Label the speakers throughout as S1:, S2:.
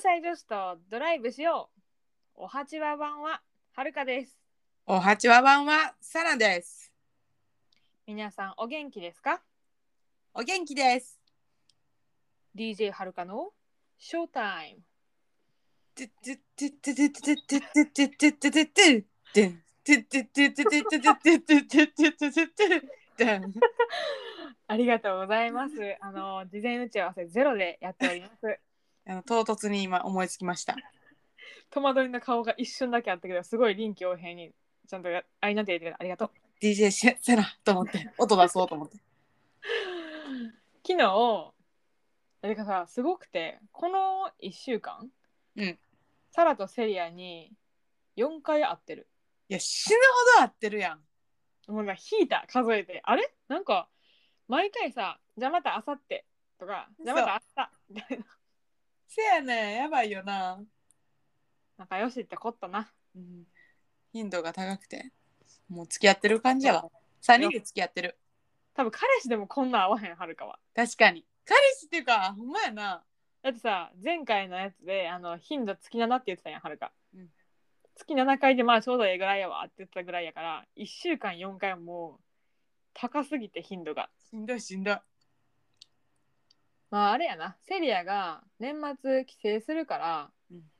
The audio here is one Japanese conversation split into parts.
S1: 才女子とドライブしよう。おはちわ版ははるかです。
S2: おはちわばんはサラです。
S1: 皆さんお元気ですか
S2: お元気です。
S1: ?DJ はるかのショータイム。
S2: トゥトゥトゥトゥトゥトゥトゥトゥトゥトゥトゥトゥトゥトゥトゥトゥトゥトゥトゥトゥトゥトゥトゥトゥトゥトゥトゥ
S1: ありがとうござい ます。あの事前打ち合わせゼロでやっております。
S2: あの唐突に今思いつきました。
S1: 戸惑いの顔が一瞬だけあったけど、すごい臨機応変にちゃんとやあいなってやってくれてありがとう。
S2: DJ セセラと思って音出そうと思って。
S1: 昨日、あれかさ、すごくて、この1週間、
S2: うん
S1: サラとセリアに4回会ってる。
S2: いや死ぬほど合ってるやん。
S1: もうなんか引いた数えてあれなんか毎回さ「じゃあまたあさって」とか「じゃあまた明日」みたいな
S2: せやねんやばいよな。
S1: 仲良しってこったな
S2: うん頻度が高くてもう付き合ってる感じやわ。三人で付き合ってる。
S1: 多分彼氏でもこんなん合わへんはるかは
S2: 確かに。彼氏っていうかほんまやな。
S1: だってさ前回のやつであの頻度月7って言ってたやんはるか、
S2: うん
S1: 月7回でまあちょうどええぐらいやわって言ってたぐらいやから1週間4回もう高すぎて頻度が
S2: しんどいしんどい。
S1: まああれやなセリアが年末帰省するから、
S2: うん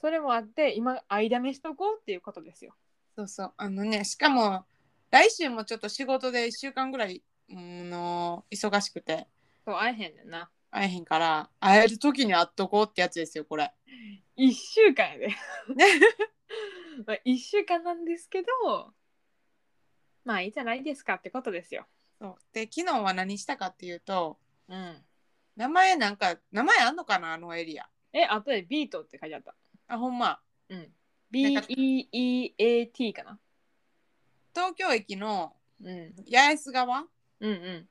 S1: それもあって今間試しとこうっていうことですよ
S2: そうそうあのねしかも来週もちょっと仕事で1週間ぐらいうんの忙しくて
S1: そう会えへんねんな
S2: 会えへんから会える時に会っとこうってやつですよこれ
S1: 1週間やで まあ1週間なんですけどまあいいじゃないですかってことですよ
S2: そうで昨日は何したかっていうと
S1: うん
S2: 名前なんか名前あんのかなあのエリア
S1: えあとでビートって書いてあった
S2: あほんま
S1: うん BEEAT かな
S2: 東京駅の
S1: うん
S2: 八重洲側
S1: うんうん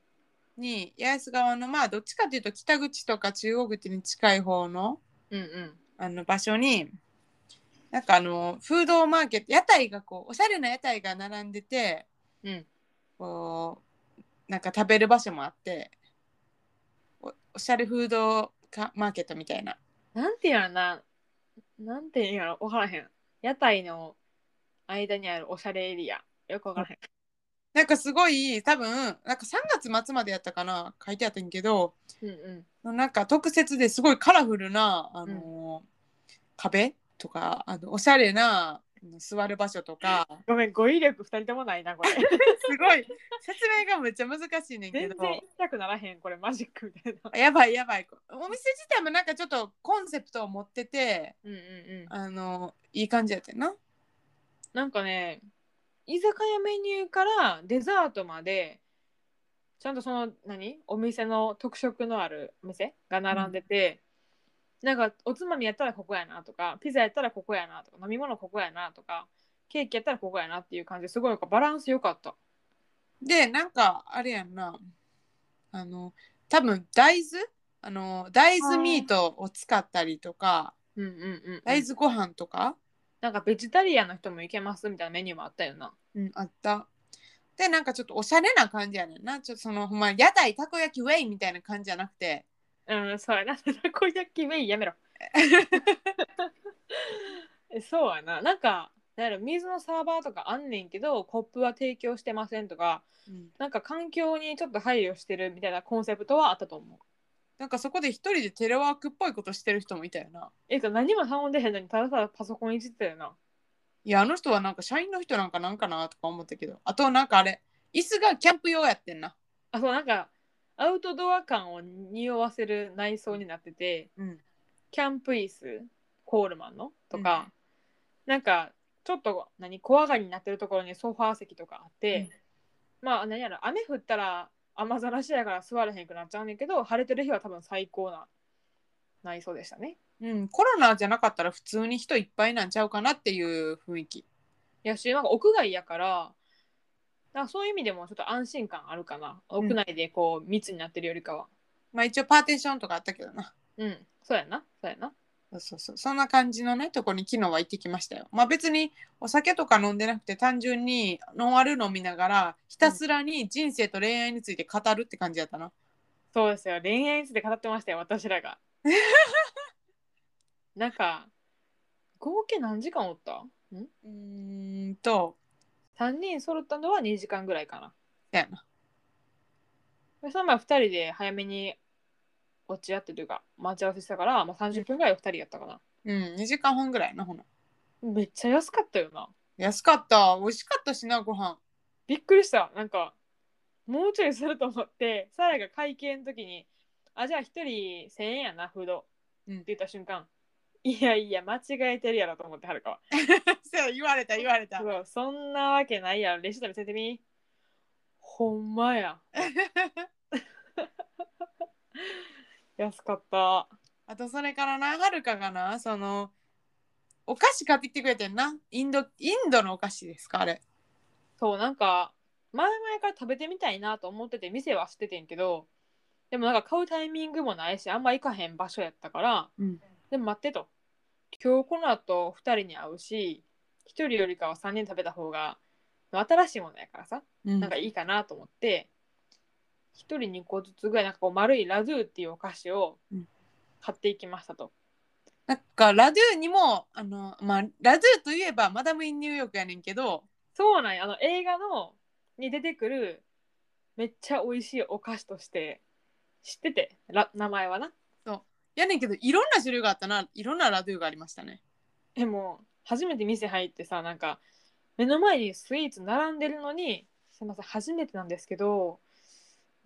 S2: に八重洲側のまあどっちかというと北口とか中央口に近い方の
S1: うんうん
S2: あの場所になんかあのフードマーケット屋台がこうおしゃれな屋台が並んでて
S1: うん
S2: こうなんか食べる場所もあっておおしゃれフードかマーケットみたいな
S1: なんていうんやろななんていうんやろ分からへん屋台の間にあるおしゃれエリアよく分からへん
S2: なんかすごい多分なんか3月末までやったかな書いてあったんやけど
S1: うんう
S2: なんか特設ですごいカラフルな、あの壁とかあのおしゃれなあの座る場所とか
S1: んごめん語彙力2人ともないなこれ
S2: すごい説明がめっちゃ難しいねんけ
S1: 全
S2: ど
S1: 然行きたくならへんこれマジックみたいな
S2: やばいやばいお店自体もなんかちょっとコンセプトを持ってて
S1: うんうんうん
S2: あのいい感じやったよな
S1: なんかね居酒屋メニューからデザートまでちゃんとその何お店の特色のあるお店が並んでて、なんかおつまみやったらここやなとかピザやったらここやなとか飲み物ここやなとかケーキやったらここやなっていう感じですごいなんかバランス良かった
S2: でなんかあれやんなあの多分大豆あの大豆ミートを使ったりとか
S1: うんうんうん
S2: 大豆ご飯とか、
S1: なんかベジタリアンの人もいけますみたいなメニューもあったよな
S2: うんあったでなんかちょっとおしゃれな感じやねんなちょっとそのほんま屋台たこ焼きウェイみたいな感じじゃなくて
S1: うんそうやな たこ焼きメインやめろえそうやななんかなんやろ水のサーバーとかあんねんけどコップは提供してませんとかなんか環境にちょっと配慮してるみたいなコンセプトはあったと思う
S2: なんかそこで一人でテレワークっぽいことしてる人もいたよな
S1: えっと何も頼んでへんのにただただパソコンいじってたよない
S2: やあの人はなんか社員の人なんかなんかなとか思ったけどあとなんかあれ椅子がキャンプ用やってんな
S1: あそうなんかアウトドア感を匂わせる内装になってて
S2: うん
S1: キャンプ椅子コールマンのとか、なんかちょっと何小上がりになってるところにソファー席とかあって、まあ何やろ雨降ったら雨ざらしやから座れへんくなっちゃうねんけど晴れてる日は多分最高な内装でしたね。
S2: うん、コロナじゃなかったら普通に人いっぱいなんちゃうかなっていう雰囲気
S1: やしなんか屋外やからだからそういう意味でもちょっと安心感あるかな
S2: うん
S1: 屋内でこう密になってるよりかは。
S2: まあ一応パーテーションとかあったけどな。
S1: うん、そうやなそうやな。
S2: そうそうそう。そんな感じのね、とこに昨日は行ってきましたよ。まあ別にお酒とか飲んでなくて単純にノンアル飲みながらひたすらに人生と恋愛について語るって感じやったな。
S1: そうですよ。恋愛について語ってましたよ、私らが。なんか合計何時間おったん
S2: うーんと
S1: ?3 人揃ったのは2時間ぐらいかな。
S2: だよな
S1: でその前2人で早めに落ち合ってというか待ち合わせしたから、まあ、30分ぐらいは2人やったかな。
S2: うん2時間半ぐらいなほな
S1: めっちゃ安かったよな。
S2: 安かった美味しかったしなご飯
S1: びっくりした。なんかもうちょいすると思ってサラが会計の時に「あじゃあ1人1000円やなフード」
S2: うん
S1: って言った瞬間「いやいや間違えてるやろ」と思ってはるかは。
S2: そう言われた言われた
S1: そうそんなわけないやろレシート見せてみほんまや 安かった
S2: あとそれからなはるかがなそのお菓子買ってきてくれてんなインドインドのお菓子ですかあれ
S1: そうなんか前々から食べてみたいなと思ってて店は知っててんけどでもなんか買うタイミングもないしあんま行かへん場所やったから、
S2: うん
S1: でも待ってと今日この後2人に会うし1人よりかは3人食べた方が新しいものやからさ
S2: うん
S1: なんかいいかなと思って、一人2個ずつぐらいなんかこう丸いラズーっていうお菓子を
S2: うん
S1: 買っていきましたと。
S2: なんかラドゥにもあの、まあ、ラドゥといえばマダム・イン・ニューヨークやねんけど
S1: そうなんやあの映画のに出てくるめっちゃ美味しいお菓子として知っててラ名前はな。
S2: やねんけどいろんな種類があったないろんなラドゥがありましたね
S1: でも初めて店入ってさなんか目の前にスイーツ並んでるのに「すいません初めてなんですけど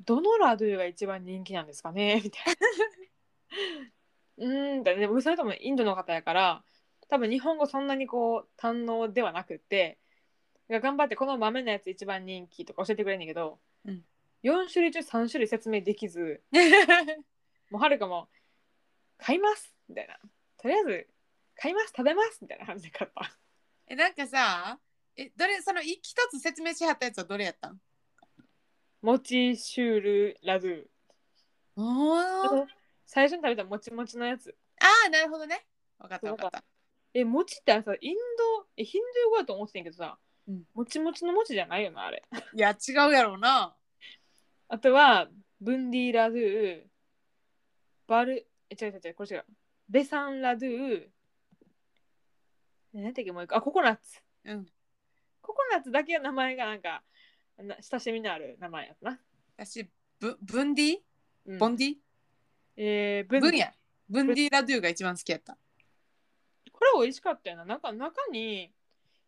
S1: どのラドゥが一番人気なんですかね?」 みたいな。うーんだねでもそれともインドの方やから多分日本語そんなにこう堪能ではなくって頑張ってこの豆のやつ一番人気とか教えてくれんねんけど、
S2: うん
S1: 4種類中3種類説明できずもうはるかも「買います」みたいな「とりあえず買います食べます」みたいな感じで買った。
S2: えなんかさえどれそのい一つ説明しはったやつはどれやったん
S1: もちシュールラドゥ
S2: おー
S1: 最初に食べたもちもちのやつ
S2: あーなるほどね分かった分かった
S1: えもちってあれさインドえヒンドゥー語だと思ってんけどさ、
S2: うん
S1: もちもちのもちじゃないよなあれ
S2: いや違うやろうな
S1: あとはブンディラドゥーバルえ違う違う違うこれ違うベサンラドゥー何だっけもう一個あココナッツ
S2: うん
S1: ココナッツだけは名前がなんかな親しみのある名前やったな、
S2: 私ブブンディ
S1: うん
S2: ボンディ、
S1: えー、ブンデ
S2: ブ
S1: ィ
S2: ンやブンディラドゥが一番好きやった
S1: これ美味しかったよな。なんか中に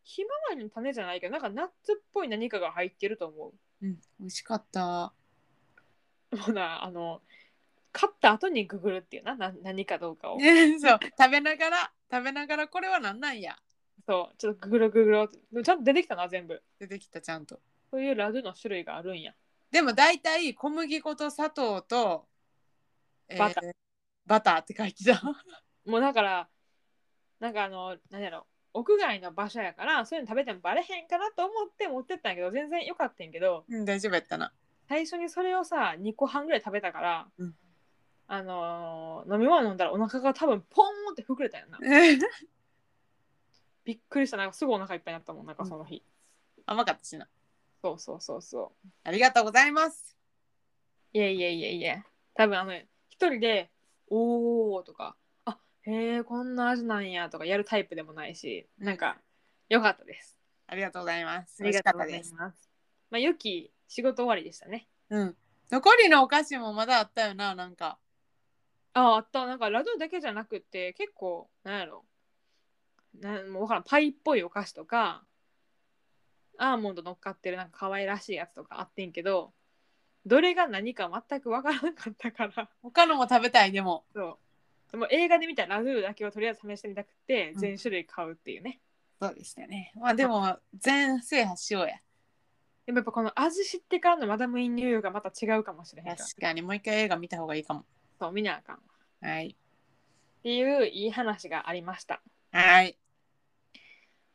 S1: ひまわりの種じゃないけど、なんかナッツっぽい何かが入ってると思
S2: うん美味しかった
S1: う。 ほな、あの、買った後にググるっていうな、な何かどうかを。
S2: ね そう食べながら食べながらこれはなんなんや
S1: そう、ちょっとググろうググろうって。でもちゃんと出てきたな、全部。
S2: 出てきたちゃんと
S1: そういうラドゥの種類があるんや。
S2: でも大体小麦粉と砂糖と、えー
S1: バタ
S2: バターって書いてた
S1: もうだから、なんかあの、何やろ、屋外の場所やから、そういうの食べてもバレへんかなと思って持ってったんやけど、全然良かったんやけど、
S2: うん大丈夫やったな
S1: 最初にそれをさ2個半ぐらい食べたから、
S2: うん
S1: あのー飲み物飲んだらお腹が多分ポーンって膨れたよなびっくりしたなんかすぐお腹いっぱいになったもんなんかその日、
S2: 甘かったしな
S1: そうそうそうそう
S2: ありがとうございます
S1: いやいやいやいや多分あの一人で「おー」とか「あへえこんな味なんや」とかやるタイプでもないしなんか良かったです
S2: ありがとうございます
S1: あ
S2: 美
S1: りが
S2: 味しか
S1: とう
S2: っ
S1: ござ
S2: た
S1: い
S2: で
S1: ます
S2: す
S1: まあ良き仕事終わりでしたね
S2: うん残りのお菓子もまだあったよななんか
S1: ああったなんかラドゥだけじゃなくて結構なんやろなんもうわからんパイっぽいお菓子とかアーモンド乗っかってるなんか可愛らしいやつとかあってんけどどれが何か全くわからなかったから
S2: 他のも食べたいでも
S1: そうでも映画で見たラドゥだけをとりあえず試してみたくて
S2: うん
S1: 全種類買うっていうね、
S2: そうでしたねまあでも全制覇しようや
S1: でもやっぱこの味知ってからのマダム・イン・ニューヨークがまた違うかもしれへんから
S2: 確かにもう一回映画見た方がいいかも
S1: そう見なあかんわっ
S2: はい
S1: ていういい話がありました
S2: はい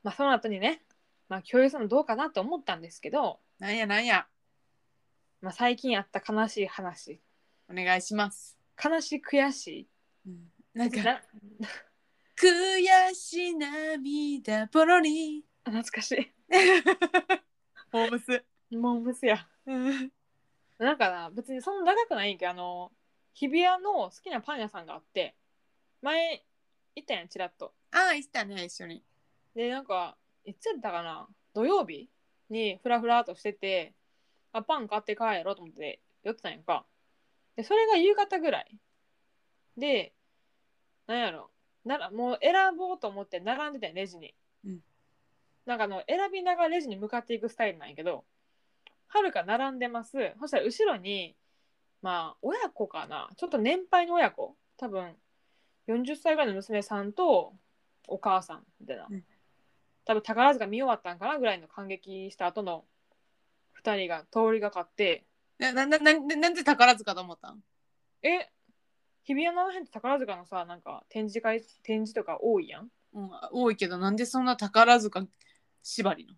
S1: まあその後にねまあ共有するのどうかなと思ったんですけど
S2: なんやなんや
S1: まあ、最近あった悲しい話
S2: お願いします、
S1: 悲しい悔しい
S2: なんか
S1: な
S2: 悔し涙ポロリ
S1: 懐かし
S2: ホームス
S1: いモンブスや
S2: うん
S1: なんかな別にそんな長くないんやけどあの日比谷の好きなパン屋さんがあって前行ったやんちらっと
S2: ああ、行ったね、一緒に。
S1: でなんかいつやったかな土曜日にフラフラっとしててあパン買って帰ろうと思って寄ってたんやんかでそれが夕方ぐらいでなんやろならもう選ぼうと思って並んでたよレジに、
S2: うん
S1: なんかあの選びながらレジに向かっていくスタイルなんやけどはるか並んでますそしたら後ろにまあ親子かなちょっと年配の親子多分40歳ぐらいの娘さんとお母さんみたいな、
S2: うん
S1: 多分宝塚見終わったんかなぐらいの感激した後の2人が通りがかって
S2: な、な、な、ななんで宝塚と思ったん
S1: え日比谷の辺って宝塚のさなんか展示会展示とか多いやん
S2: うん、多いけど、なんでそんな宝塚縛りの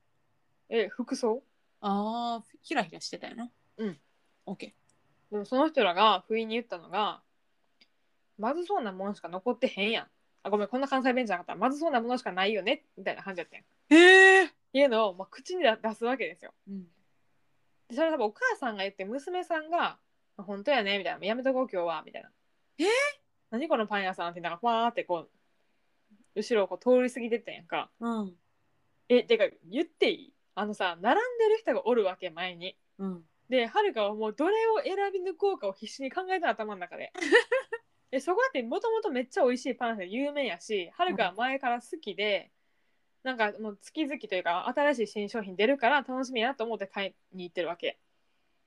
S1: え服装
S2: ああ、ひらひらしてたよな。
S1: うん。
S2: オッケ
S1: でもその人らが不意に言ったのがまずそうなものしか残ってへんやんあごめんこんな関西弁じゃなかったまずそうなものしかないよねみたいな感じやったやん
S2: ー。ええ
S1: いうのを、まあ、口に出出すわけですよ
S2: うん。
S1: でそれ多分お母さんが言って娘さんが「まあ本当やね」みたいな「やめとこう今日は」みたいな
S2: えー
S1: 何このパン屋さん」ってなんかわーってこう後ろをこう通り過ぎてったやんか
S2: うん。
S1: えてか言っていいあのさ並んでる人がおるわけ前に
S2: うん。
S1: ではるかはもうどれを選び抜こうかを必死に考えた頭の中ででそこだってもともとめっちゃ美味しいパンで有名やしはるかは前から好きで、なんかもう月々というか新しい新商品出るから楽しみやなと思って買いに行ってるわけ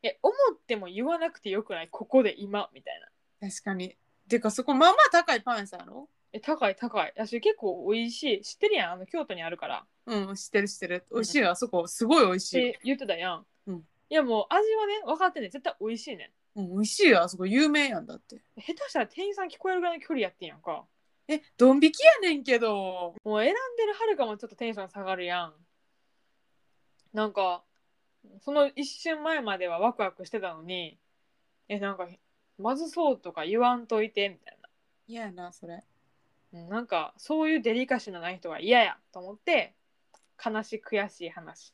S1: え思っても言わなくてよくないここで今みたいな
S2: 確かに。てか、そこ、まあまあ高いパン屋さんやろ
S1: え高い高い私結構美味しい知ってるやんあの京都にあるから
S2: うん、知ってる知ってる。美味しいよ、あそこ。すごい美味
S1: っ
S2: しい。
S1: て言ってたやん、
S2: うん
S1: いやもう味はね分かってんねん絶対美味しいね
S2: うん、美味しいよ、あそこ。有名やんだって。
S1: ん下手したら店員さん聞こえるぐらいの距離やってんやんか
S2: え、ドン引きやねんけど。
S1: もう選んでるはるかもちょっとテンション下がるやんなんかその一瞬前まではワクワクしてたのにえなんかまずそうとか言わんといてみたい
S2: 嫌やな、それ。
S1: なうんなんかそういうデリカシーのない人は嫌やと思って悲しい悔しい話、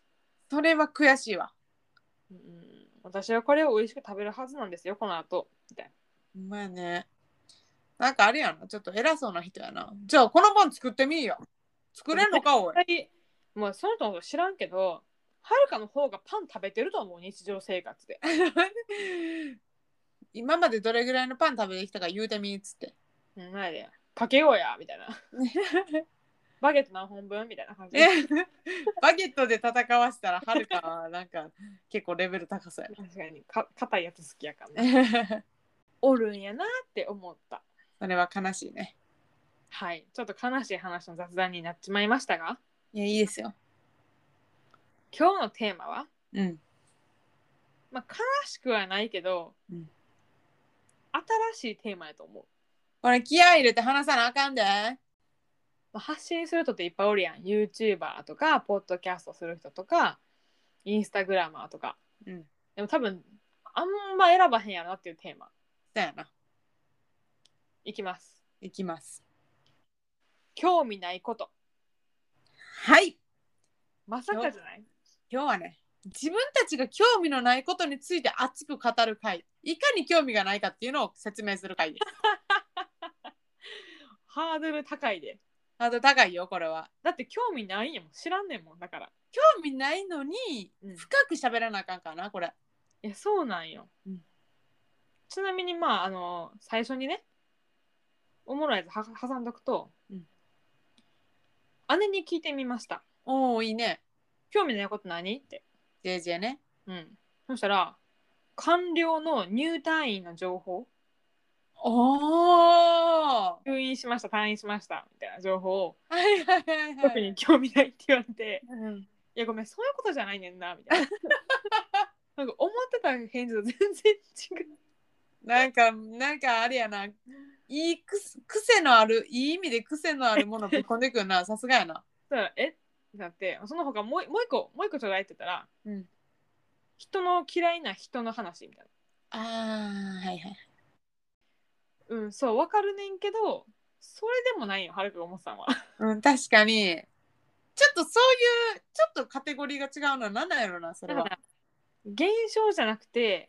S2: それは悔しいわ。
S1: うん、私はこれを美味しく食べるはずなんですよこの後みたいな
S2: ほんまやね。なんかあれやな、ちょっと偉そうな人やな。じゃあ、このパン作ってみいや。作れんのか、おい。
S1: はいもうその人のこと知らんけどはるかの方がパン食べてると思う日常生活で
S2: 今までどれぐらいのパン食べてきたか言うてみっつって。
S1: うん前でかけようやみたいなバゲット何本分みたいな感じで
S2: えバゲットで戦わせたらはるかはなんか結構レベル高そう
S1: 確かにか硬いやつ好きやから、
S2: や
S1: ね、
S2: ね
S1: おるんやなって思った
S2: それは悲しいね
S1: はいちょっと悲しい話の雑談になっちまいましたが
S2: いやいいですよ
S1: 今日のテーマは、
S2: うん
S1: まあ、悲しくはないけど、
S2: うん
S1: 新しいテーマやと思う、
S2: これ気合い入れて話さなあかんで
S1: まあ、発信する人っていっぱいおるやん YouTuber とかポッドキャストする人とかインスタグラマーとか
S2: うん
S1: でも多分あんま選ばへんやろなっていうテーマ
S2: そうやない
S1: きます
S2: いきます
S1: 興味ないこと
S2: はい
S1: まさかじゃない
S2: 今日はね自分たちが興味のないことについて熱く語る回いかに興味がないかっていうのを説明する 回です
S1: ハードル高いで
S2: あと高いよこれは
S1: だって興味ないんやもん知らんねんもんだから
S2: 興味ないのに
S1: うん
S2: 深く喋らなあかんかなこれ
S1: いやそうなんよ、
S2: うん
S1: ちなみにまああの最初にねおもろいやつは挟んどくと、
S2: うん
S1: 姉に聞いてみました
S2: おおいいね
S1: 興味ないこと何って、
S2: JJ ね
S1: うん、そしたら官僚の入退院の情報
S2: おお
S1: 入院しました退院しましたみたいな情報を
S2: はいはいはいはい。
S1: 特に興味ないって言われて、
S2: うん。
S1: いやごめんそういうことじゃないねんなみたい ななんか思ってた返事と全然違う
S2: なんか、なんかあれやな。いいくす癖のある、いい意味で癖のあるものぶっこんでくるな。さすがやな。
S1: そしたらえってなってその他もうもう一個もう一個ちょうだいって言ったら、
S2: うん
S1: 人の嫌いな人の話みたい
S2: ああ、はいはい。
S1: なうんそうわかるねんけどそれでもないよはるかが思ってた んは
S2: うん、確かに。ちょっとそういう、ちょっとカテゴリーが違うのは何なんやろな、それ
S1: だか
S2: は。
S1: ら現象じゃなくて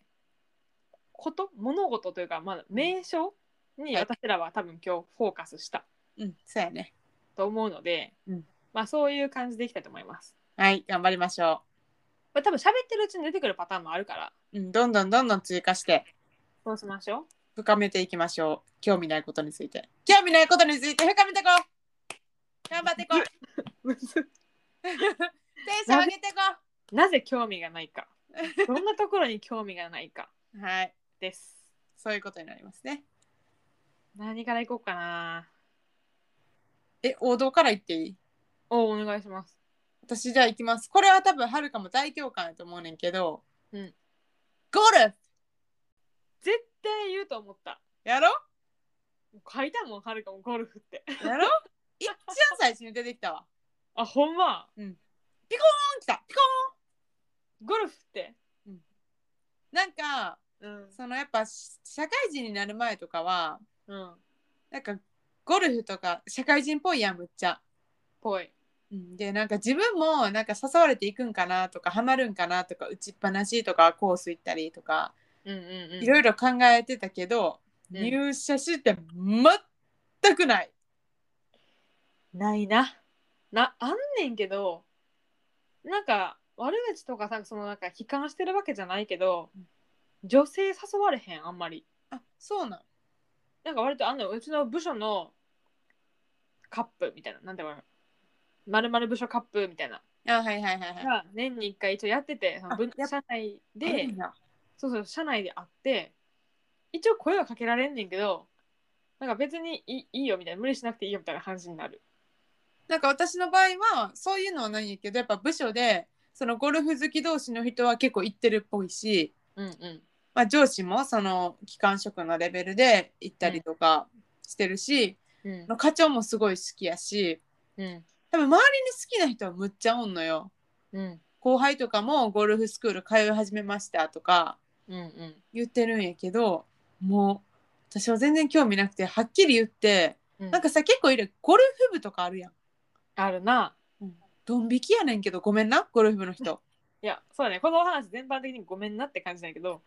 S1: こと物事というか、まあ、名称に
S2: はい
S1: 私らは多分今日フォーカスした、
S2: うん、そうやね。
S1: と思うので、
S2: うん
S1: まあそういう感じでいきたいと思います。
S2: はい、頑張りましょ
S1: まあ、多分喋ってるうちに出てくるパターンもあるから、
S2: う。うん、どんどんどんどん追加して、
S1: そうしましょう。
S2: 深めていきましょう。興味ないことについて。興味ないことについて深めてこう頑張ってこうテンション上げてこ
S1: なぜ興味がないか、どんなところに興味がないか
S2: うはい、
S1: です。
S2: そういうことになりますね。
S1: 何からいこうかな。
S2: え、王道から言っていい
S1: おお願いします。
S2: 私じゃあ行きます。これは多分はるかも大共感やと思うねんけど、
S1: うん、
S2: ゴルフ
S1: 絶対言うと思った。
S2: やろ
S1: 書いたもん、はるかもゴルフって。
S2: やろ一番最初に出てきたわ。
S1: あ、ほんま。
S2: ポン来たピコ
S1: ゴルフって。
S2: ンなんか
S1: うん。
S2: そのやっぱし社会人になる前とかは
S1: うん。
S2: なんかゴルフとか社会人っぽいやんむっちゃ。
S1: ぽい。
S2: うんでなんか自分もなんか誘われていくんかなとかハマるんかなとか打ちっぱなしとかコース行ったりとか
S1: うんうんうん。
S2: いろいろ考えてたけど、
S1: うん
S2: 入社して全くない。
S1: ないな。な、あんねんけど、なんか、悪口とかさ、そのなんか悲観してるわけじゃないけど、女性誘われへん、あんまり。
S2: あそうなん
S1: なんか割とあんの、うちの部署のカップみたいな、なんて言うのまるまる部署カップみたいな。
S2: あはいはいはいはい。
S1: が年に一回一応やってて、その分
S2: あやっ
S1: 社内
S2: あ
S1: で
S2: いい、な
S1: そうそう、社内で会って、一応声はかけられんねんけど、なんか別にいいいいよみたいな、無理しなくていいよみたいな感じになる。
S2: なんか私の場合はそういうのはないんやけどやっぱ部署でそのゴルフ好き同士の人は結構行ってるっぽいし、
S1: うんうん。
S2: まあ、上司もその機関職のレベルで行ったりとかしてるし、
S1: うん
S2: まあ課長もすごい好きやし
S1: うん
S2: 多分周りに好きな人はむっちゃおんのよ
S1: うん
S2: 後輩とかもゴルフスクール通い始めましたとか
S1: うんうん
S2: 言ってるんやけどもう私は全然興味なくてはっきり言って
S1: うん
S2: なんかさ結構いるゴルフ部とかあるやん
S1: あるな。
S2: ドン引きやねんけどごめんなゴルフ部の人
S1: いや、そうだね。このお話全般的にごめんなって感じだけど、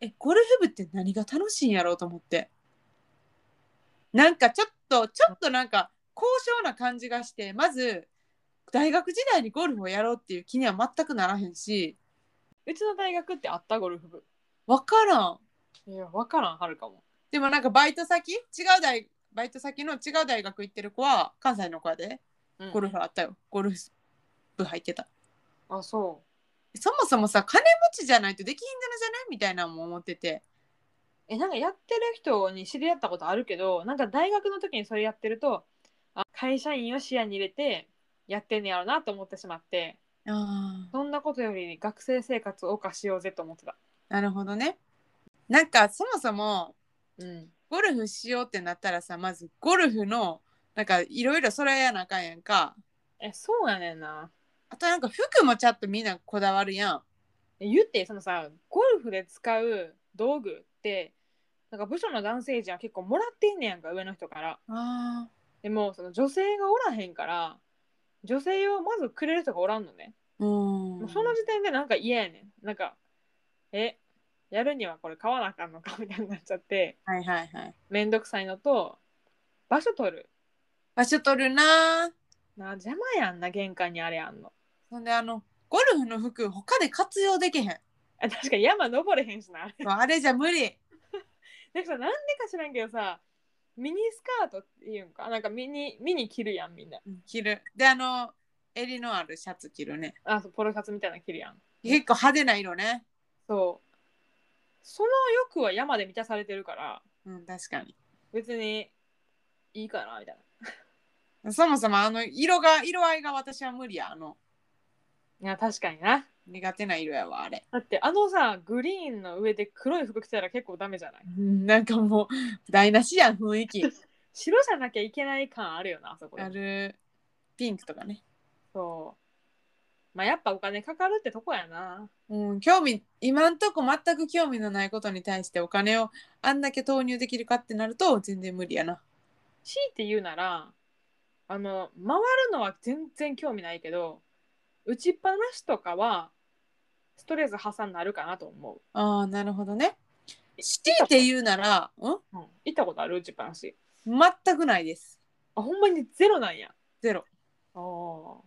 S2: えゴルフ部って何が楽しいんやろうと思ってなんかちょっとちょっとなんか高尚な感じがしてまず大学時代にゴルフをやろうっていう気には全くならへんし
S1: うちの大学ってあったゴルフ部。
S2: 分からん
S1: いや、わからん、はるかも。
S2: でもなんかバイト先違う大バイト先の違う大学行ってる子は関西の子やで
S1: うん
S2: ゴルフあったよゴルフ部入ってた
S1: あ、そ
S2: そもそもさ金持ちじゃないとできひんのじゃないみたいなのも思ってて
S1: う。え、なんかやってる人に知り合ったことあるけど、なんか大学の時にそれやってると、あ会社員を視野に入れてやってんねやろなと思ってしまって、
S2: ああ
S1: そんなことより学生生活を謳歌しようぜと思ってた。
S2: なるほどねなんかそもそも
S1: うん。
S2: ゴルフしようってなったらさまずゴルフのなんかいろいろ揃えやなあかんやんか
S1: え、そうやねんな。
S2: あとなんか服もちょっとみんなこだわるやん
S1: え言ってそのさゴルフで使う道具ってなんか部署の男性陣は結構もらってんねやんか上の人から
S2: あ
S1: でもその女性がおらへんから女性をまずくれる人がおらんのね、
S2: うん
S1: もうその時点でなんか嫌やねんなんかえやるにはこれ買わなあかんのかみたいになっちゃって
S2: はいはいはい
S1: めんどくさいのと場所取る
S2: 場所取るなあ
S1: な邪魔やんな玄関にあれあんの
S2: そんであのゴルフの服他で活用できへん
S1: あ確かに山登れへんしなあれ
S2: そうあれじゃ無理
S1: なんかさなんでか知らんけどさミニスカートっていうんかなんかミニミニ着るやんみんな
S2: 着るであの襟のあるシャツ着るね
S1: あそうポロシャツみたいなの着るやん
S2: 結構派手な色ね
S1: そうその欲は山で満たされてるから
S2: うん確かに
S1: 別にいいかなみたい
S2: そもそもあの色が色合いが私は無理やあの
S1: ないや確かにな
S2: 苦手な色やわあれ
S1: だってあのさグリーンの上で黒い服着てたら結構ダメじゃない
S2: うんなんかもう台無しやん雰囲気
S1: 白じゃなきゃいけない感あるよなあそこで
S2: あるピンクとかね
S1: そうまあやっぱお金かかるってとこやな
S2: うん興味今んとこ全く興味のないことに対してお金をあんだけ投入できるかってなると全然無理やな
S1: 強いて言うならあの回るのは全然興味ないけど打ちっぱなしとかはストレス破産になるかなと思う
S2: あーなるほどね強いて言うなら、う
S1: 行ったことある打ちっぱなし
S2: ん、全くないです
S1: あほんまにゼロなんや
S2: ゼロ
S1: ああ
S2: 強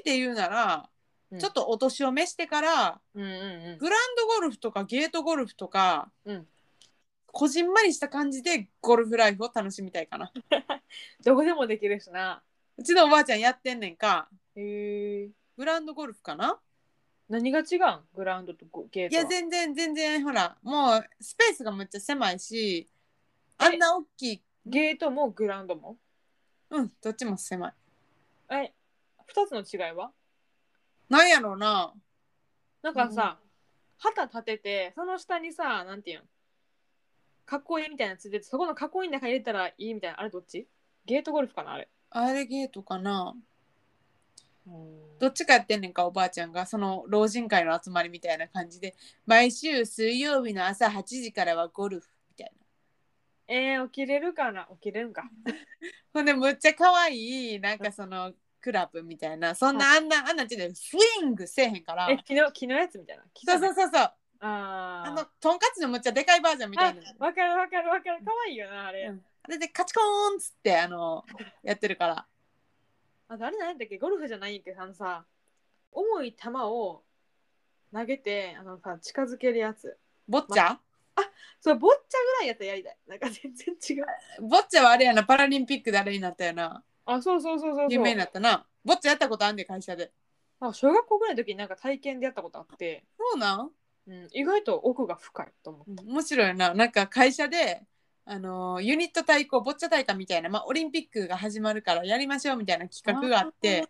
S2: いて言うなら、
S1: うん
S2: ちょっとお年を召してから
S1: うんうん
S2: グランドゴルフとかゲートゴルフとか、
S1: うん
S2: こじんまりした感じでゴルフライフを楽しみたいかな
S1: どこでもできるしな
S2: うちのおばあちゃんやってんねんか
S1: へえ
S2: グランドゴルフかな
S1: 何が違うんグラウンドとゴゲー
S2: い
S1: トは
S2: や全然全然ほらもうスペースがむっちゃ狭いしあんな大きい
S1: ゲートもグラウンドも
S2: うんどっちも狭い
S1: え二つの違いは
S2: なんやろうな
S1: なんかさ、旗立ててその下にさなんていうん囲いみたいなのついててそこの囲いの中に入れたらいいみたいなあれどっちゲートゴルフかなあれ
S2: あれゲートかなど
S1: ど
S2: っちかやってんねんかおばあちゃんがその老人会の集まりみたいな感じで毎週水曜日の朝8時からはゴルフみたいな
S1: えー、起きれるかな起きれるんか
S2: ほんでむっちゃ可愛いなんかそのクラブみたいなそんなあんなあんなんちでスイングせえへんから
S1: え昨日昨日やつみたいな
S2: そうそう
S1: う
S2: そうそう
S1: あー
S2: あのとんかつのむっちゃでかいバージョンみたいな
S1: あわかるわかるわかる可愛いよなあれ、
S2: うんあれでカチコーンっつってあのやってるから
S1: あとあれ何だっけゴルフじゃないんやけどあのさ重い球を投げてあのさ近づけるやつ
S2: ボッチャ
S1: そうボッチャぐらいやったらやりたいなんか全然違う
S2: ボッチャはあれやなパラリンピックであれになったよな
S1: あそうそうそうそう
S2: 有
S1: そう
S2: 名になったなボッチャやったことあんで会社で
S1: あ小学校ぐらいの時になんか体験でやったことあって、
S2: そうなん
S1: うん、意外と奥が深いと思った、
S2: 面白いよななんか会社であのユニット対抗ボッチャ大会みたいな、まあ、オリンピックが始まるからやりましょうみたいな企画があって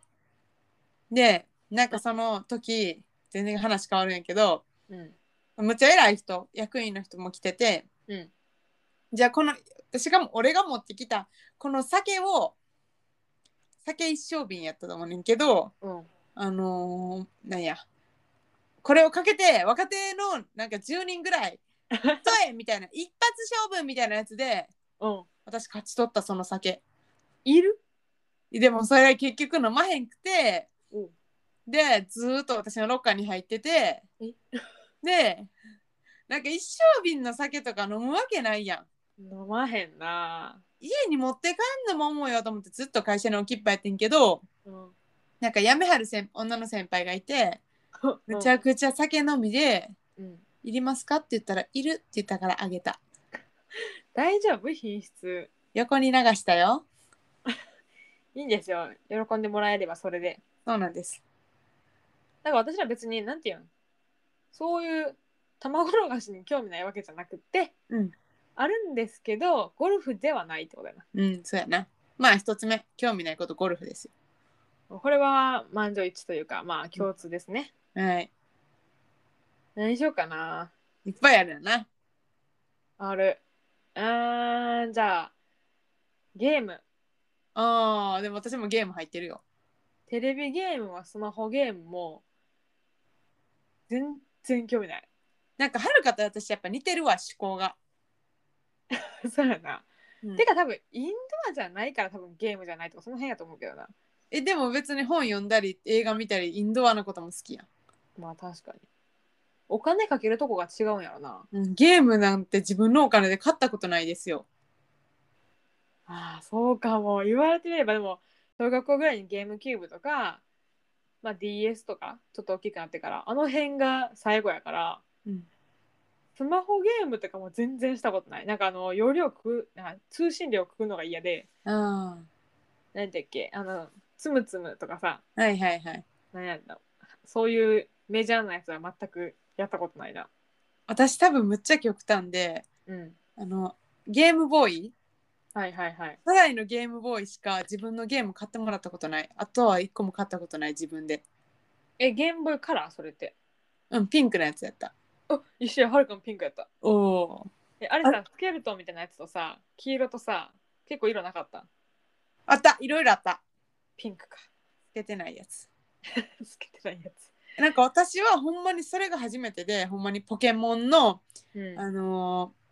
S2: でなんかその時全然話変わるんやけど
S1: うん
S2: むっちゃ偉い人役員の人も来てて
S1: うん、
S2: じゃあこのしかも俺が持ってきたこの酒を酒一升瓶やったと思うねんけど
S1: うん、
S2: あのーなんやこれをかけて若手のなんか10人ぐらい「とえ!」みたいな一発勝負みたいなやつで
S1: うん、
S2: 私勝ち取ったその酒
S1: いる
S2: でもそれ結局飲まへんくて
S1: うん
S2: でずーっと私のロッカーに入ってて
S1: え
S2: でなんか一升瓶の酒とか飲むわけないやん
S1: 飲まへんな
S2: 家に持って帰んのも思うよと思ってずっと会社に置きっぱやってんけど
S1: うん
S2: なんかやめはる先女の先輩がいてむちゃくちゃ酒飲みで
S1: うん、
S2: 「いりますか?」って言ったら「いる」って言ったからあげた
S1: 大丈夫品質
S2: 横に流したよ
S1: いいんですよ喜んでもらえればそれで
S2: そうなんです
S1: だから私ら別になんていうのそういう卵転がしに興味ないわけじゃなくて、
S2: うん
S1: あるんですけどゴルフではないってことだな
S2: うんそうやなまあ一つ目興味ないことゴルフですよ
S1: これは満場一致というかまあ共通ですね、
S2: はい
S1: 何しようかない
S2: っぱいあるよな
S1: あるうーんじゃあゲーム
S2: あーでも私もゲーム入ってるよ
S1: テレビゲームはスマホゲームも全然興味ない
S2: なんかはるかと私やっぱ似てるわ趣向が、
S1: そうやな、
S2: うん
S1: てか多分インドアじゃないから多分ゲームじゃないとかその辺やと思うけどな
S2: えでも別に本読んだり映画見たりインドアのことも好きやん
S1: まあ確かにお金かけるとこが違うんやろな
S2: うんゲームなんて自分のお金で買ったことないですよ。
S1: ああそうかも言われてみればでも小学校ぐらいにゲームキューブとか、まあ、DS とかちょっと大きくなってからあの辺が最後やから
S2: うん、
S1: スマホゲームとかも全然したことないなんかあの容量食うなんか通信量食うのが嫌で
S2: あ
S1: 何だっけあのつむつむとかさ
S2: あ、はいはいはい。
S1: 何やったそういうメジャーなやつは全くやったことないな
S2: 私多分むっちゃ極端で、
S1: うん
S2: あの、ゲームボーイ
S1: はいはいはい
S2: 初代のゲームボーイしか自分のゲーム買ってもらったことない。あとは一個も買ったことない自分で。
S1: えゲームボーイカラーそれって
S2: うん、ピンクのやつやった。
S1: あ一瞬はるかのピンクやった
S2: おお。
S1: えあれさスケルトンみたいなやつとさ黄色とさ結構色なかった
S2: あったいろいろあった。
S1: ピンクか
S2: つけてないやつ。
S1: つけてないやつ
S2: なんか私はほんまにそれが初めてで、ほんまにポケモンの、
S1: うん
S2: あのー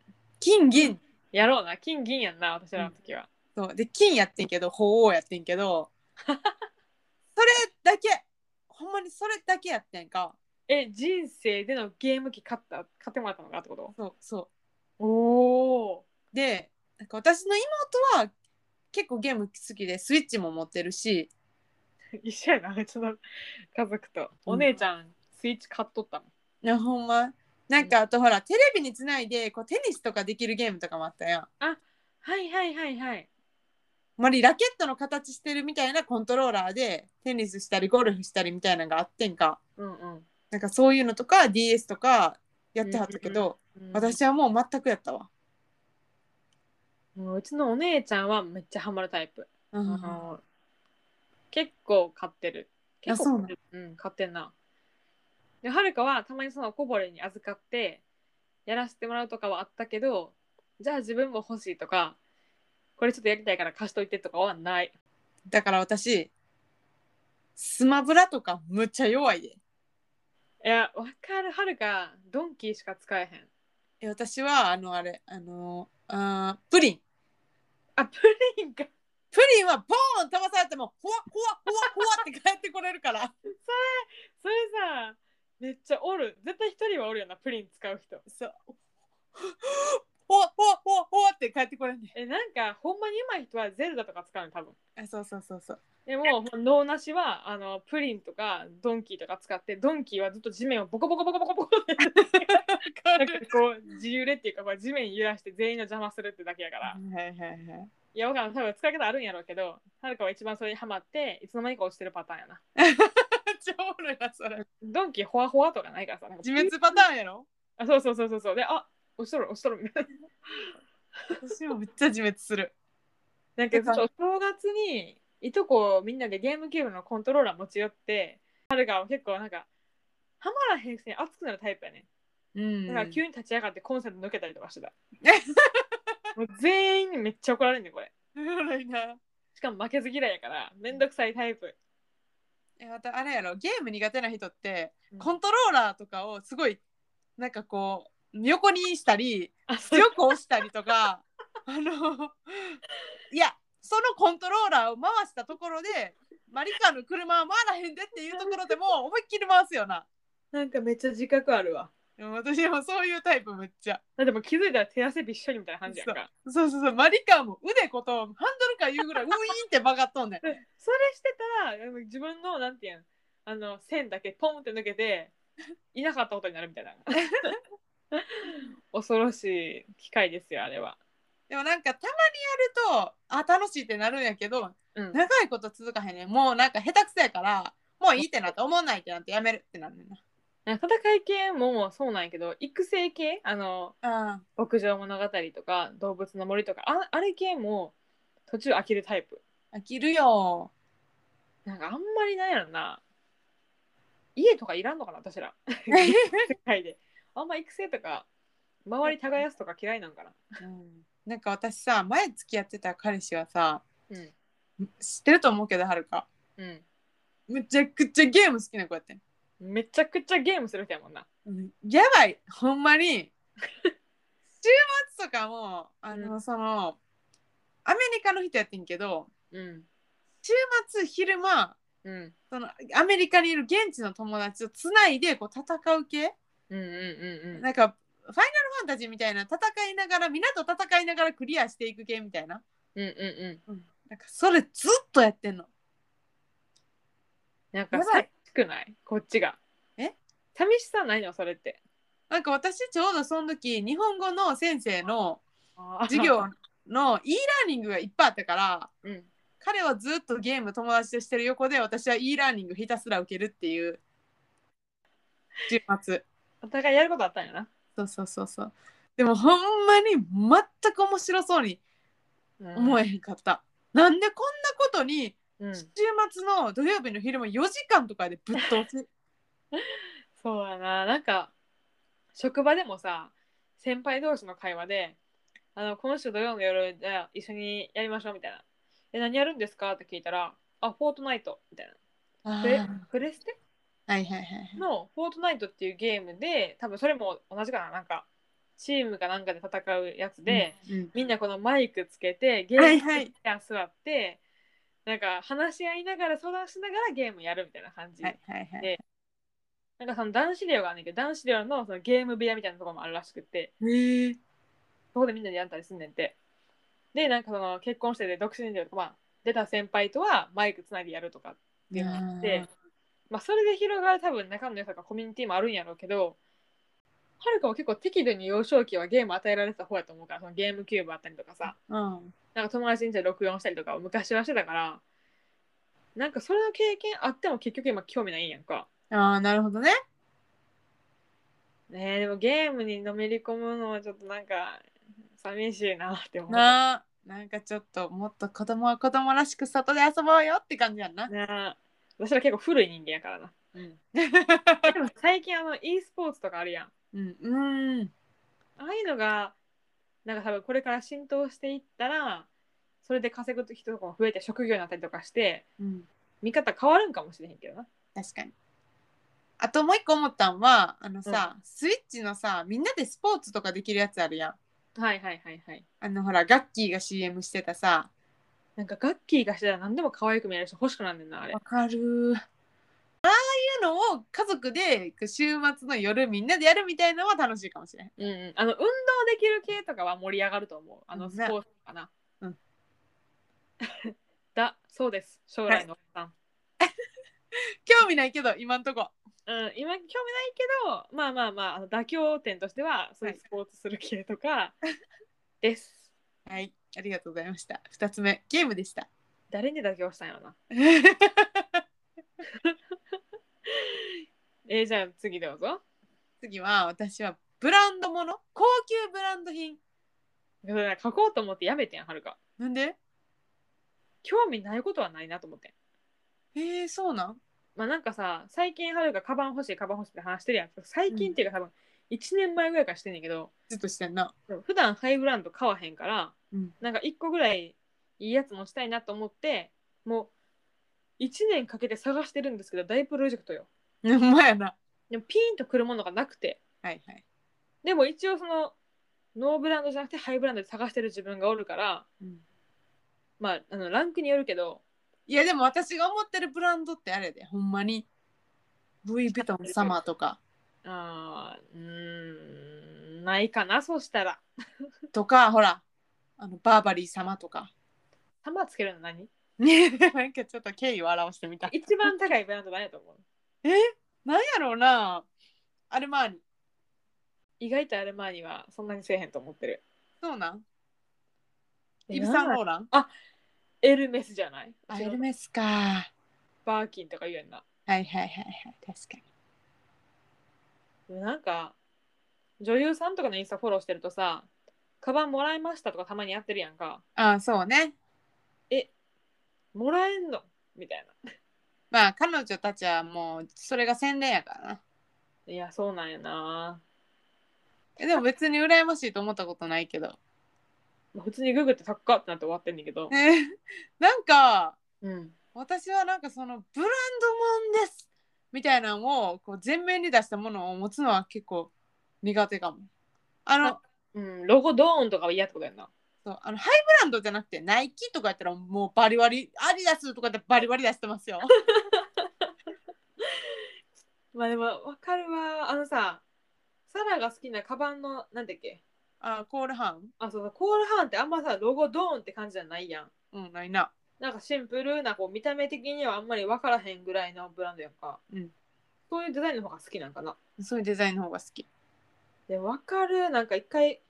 S2: 金銀
S1: やろうな金銀やんな私らの時は、
S2: そうで金やってんけど鳳凰やってんけど それだけほんまにそれだけやってんか
S1: え人生でのゲーム機買った買ってもらったのかってこと
S2: そうそ
S1: おお
S2: うでなんか私の妹は結構ゲーム好きでスイッチも持ってるし
S1: 一緒やなうちの家族とお姉ちゃん、スイッチ買っとったもん
S2: なほんまなんかあとほらテレビにつないでこうテニスとかできるゲームとかもあったやん
S1: はいはいはいはい
S2: あまりラケットの形してるみたいなコントローラーでテニスしたりゴルフしたりみたいなのがあってんか
S1: うんうん
S2: なんかそういうのとか DS とかやってはったけど、
S1: うん
S2: 私はもう全くやったわ、
S1: もううちのお姉ちゃんはめっちゃハマるタイプ、
S2: うん
S1: あの結構買ってる
S2: あ
S1: 結構買ってるうん買ってんなではるかはたまにそのこぼれに預かってやらせてもらうとかはあったけどじゃあ自分も欲しいとかこれちょっとやりたいから貸しといてとかはない
S2: だから私スマブラとかむっちゃ弱いで
S1: いやわかるはるかドンキーしか使えへん
S2: え私はあのあれあのあープリン
S1: あプリンか
S2: プリンはボーン飛ばされてもほわほわほわほわって帰ってこれるから
S1: それさめっちゃおる絶対一人はおるよなプリン使う人
S2: そう ほわほわほわほわって帰ってこれんね
S1: えなんかほんまにうまい人はゼルダとか使うの多分
S2: あそうそうそうそう
S1: でももう脳なしはあのプリンとかドンキーとか使ってドンキーはずっと地面をボコボコボコボコボコって なんかこう自由れっていうかこう地面揺らして全員の邪魔するってだけやから、
S2: はいはいはい
S1: いやわからん多分使い方あるんやろうけどはるかは一番それにハマっていつの間にか落ちてるパターンやな
S2: 超おるなそれ
S1: ドンキーホワホワとかないからさなんか
S2: 自滅パターンやろ
S1: あそうそうそうそうそうであ落ちとる落ちと るみたいな
S2: 私もめっちゃ自滅する
S1: なんかちょっとお正月にいとこみんなでゲームキューブのコントローラー持ち寄って彼が結構なんかハマらへんくせに熱くなるタイプやね
S2: うん
S1: だから急に立ち上がってコンセント抜けたりとかして たもう全員にめっちゃ怒られるねんこれ
S2: 悪いな
S1: しかも負けず嫌いやからめんどくさいタイプ、
S2: えまたあれやろゲーム苦手な人ってコ
S1: こん
S2: ントローラーとかをすごいなんかこう横にしたり
S1: あそう
S2: 強く押したりとかあのいやそのコントローラーを回したところでマリカの車は回らへんでっていうところでも思いっきり回すよな
S1: なんかめっちゃ自覚あるわ
S2: でも私もそういうタイプめっちゃ
S1: だってもう気づいたら手汗びっしょりみたいな感じやんか
S2: そうそうそうマリカも腕ことハンドルかいうぐらいウィーンって曲がっとんねん
S1: それしてたらあの自分のなんていうんあの線だけポンって抜けていなかったことになるみたい な恐ろしい機械ですよあれは、
S2: でもなんかたまにやるとあ楽しいってなるんやけど
S1: うん、
S2: 長いこと続かへんねんもうなんか下手くそやからもういいってなって思わないってなってやめるってなんねん
S1: 戦い系もそうなんやけど育成系あの
S2: なうん
S1: 牧場物語とか動物の森とかああれ系も途中飽きるタイプ
S2: 飽きるよ
S1: なんかあんまりなんやろな家とかいらんのかな私 ら世界であんま育成とか周り耕すとか嫌いなんかな
S2: うんなんか私さ前付き合ってた彼氏はさ
S1: うん
S2: 知ってると思うけどはるか
S1: うん
S2: むちゃくちゃゲーム好きな子やってん、
S1: めちゃくちゃゲームする人やもんな
S2: やばいほんまに週末とかもあの、
S1: う
S2: そのアメリカの人やってんけど
S1: うん
S2: 週末昼間
S1: うん
S2: そのアメリカにいる現地の友達とつないでこう戦う系、
S1: うんうんうんうん
S2: なんかファイナルファンタジーみたいな戦いながら皆と戦いながらクリアしていく系みたいな
S1: うんうんうん
S2: なんかそれずっとやってんの
S1: なんか
S2: やばい
S1: 寂しくないこっちが
S2: え
S1: 寂しさないのそれって
S2: なんか私ちょうどその時日本語の先生の授
S1: 授
S2: 業の e ラーニングがいっぱいあったから
S1: うん
S2: 彼はずっとゲーム友達としてる横で私は e ラーニングひたすら受けるっていう週末
S1: お互いやることあったんやな
S2: そうそうそうそうでもほんまに全く面白そうに思えへんかった、なんでこんなことに
S1: うん
S2: 週末の土曜日の昼も4時間とかでぶっ通す
S1: そうやななんか職場でもさ先輩同士の会話で「あのこの人土曜の夜じゃあ一緒にやりましょう」みたいな「え何やるんですか?」って聞いたら「あフォートナイト」みたいな
S2: あ
S1: プレ
S2: ー
S1: プレステ
S2: はいはいはい
S1: の「フォートナイト」っていうゲームで多分それも同じかななんかチームかなんかで戦うやつで、
S2: うん
S1: みんなこのマイクつけてゲ
S2: はい
S1: ー
S2: は
S1: ム
S2: い
S1: に座って、なんか話し合いながら相談しながらゲームやるみたいな感じ、
S2: はいはいはい
S1: でなんかその男子寮があるんだけど男子寮のそのゲーム部屋みたいなところもあるらしくて
S2: へえ
S1: そこでみんなでやったりすんねんてでなんかその結婚してて独身で、まあ、出た先輩とはマイクつないでやるとかっていうのがあって、
S2: うん
S1: まあ、それで広がる多分仲の良さがコミュニティもあるんやろうけどはるかは結構適度に幼少期はゲーム与えられてた方やと思うからそのゲームキューブあったりとかさ
S2: うん
S1: なんか友達にじゃ64したりとかを昔はしてたからなんかそれの経験あっても結局今興味ないんやんか。
S2: ああなるほどね
S1: ねえでもゲームにのめり込むのはちょっとなんか寂しいなって思う。
S2: なあなんかちょっともっと子供は子供らしく外で遊ぼうよって感じやんな、
S1: なあ私ら結構古い人間やからな。
S2: うん、
S1: でも最近あの e スポーツとかあるやん。
S2: うんうん
S1: ああいうのがなんか多分これから浸透していったらそれで稼ぐ人とかも増えて職業になったりとかして
S2: うん
S1: 見方変わるんかもしれへんけどな。
S2: 確かにあともう一個思ったんはあのさ、スイッチのさみんなでスポーツとかできるやつあるやん
S1: はいはいはいはい。
S2: あのほらガッキーが CM してたさ
S1: なんかガッキーがしたら何でも可愛く見える人欲しくなんねんなあれ。
S2: かるああいうのを家族で週末の夜みんなでやるみたいのは楽しいかもしれん
S1: うんうん、あの運動できる系とかは盛り上がると思う。あの
S2: うん
S1: ス
S2: ね
S1: ポーツかな。
S2: うん。
S1: だそうです。将来のおっさん。
S2: 興味ないけど今んとこ
S1: うん、今興味ないけど、まあまあまあ、あの妥協点としては、そういうスポーツする系と かです。
S2: はいありがとうございました2つ目ゲームでした
S1: 誰に妥協したんやろな。えーじゃあ次どうぞ。
S2: 次は私はブランドもの高級ブランド品
S1: だから書こうと思ってやめてん、はるか。
S2: なんで
S1: 興味ないことはないなと思ってん。
S2: えー、そうなん
S1: まあなんかさ、最近はるかカバン欲しい、カバン欲しいって話してるやん。最近っていうか多分、1年前ぐらいからしてんねんけど、
S2: ずっとしてんな
S1: 普段ハイブランド買わへんから、
S2: うん
S1: なんか1個ぐらいいいやつ持ちたいなと思ってもう1年かけて探してるんですけど大プロジェクトよ
S2: ほんまやな
S1: でもピーンとくるものがなくて
S2: はいはい
S1: でも一応そのノーブランドじゃなくてハイブランドで探してる自分がおるからまああのランクによるけど
S2: いやでも私が思ってるブランドってあれでほんまにルイ・ヴィトン様とか
S1: あーうーんないかなそうしたら
S2: とかほらあのバーバリー様とか
S1: 玉つけるの何
S2: ね なんかちょっと敬意を表してみた
S1: 一番高いブランド何やと思う
S2: なんやろうなアルマーニ
S1: 意外とアルマーニはそんなにせえへんと思ってる
S2: そうなんイブ・サンローラン
S1: エルメスじゃない
S2: あエルメスかはい
S1: バーキンとか言うやんな
S2: はいはいはい確かに
S1: なんか女優さんとかのインスタフォローしてるとさカバンもらいましたとかたまにやってるやんか
S2: ああそうね
S1: もらえんのみたい
S2: まあ彼女たちはもうそれが宣伝やからな。
S1: ないやそうなんやな
S2: えでも別に羨ましいと思ったことないけど。
S1: まあ普通にググってサッカーってなって終わってんだけど、
S2: えなんか
S1: うん、
S2: 私はなんかそのブランドもんですみたいなのをこう前面に出したものを持つのは結構苦手かも。あの
S1: あうん、ロゴドーンとかは嫌ってことやんな
S2: そうあのハイブランドじゃなくてナイキとかやったらもうバリバリアディダスとかでバリバリ出してますよ。
S1: まあでもわかるわあのさサラが好きなカバンのなんだっけ
S2: あコールハン
S1: あそうそうコールハーンってあんまさロゴドーンって感じじゃないやん
S2: うんないな。
S1: なんかシンプルなこう見た目的にはあんまり分からへんぐらいのブランドやんか、
S2: うん、
S1: そういうデザインの方が好きなんかな
S2: そういうデザインの方が好き。
S1: でわかるなんか一回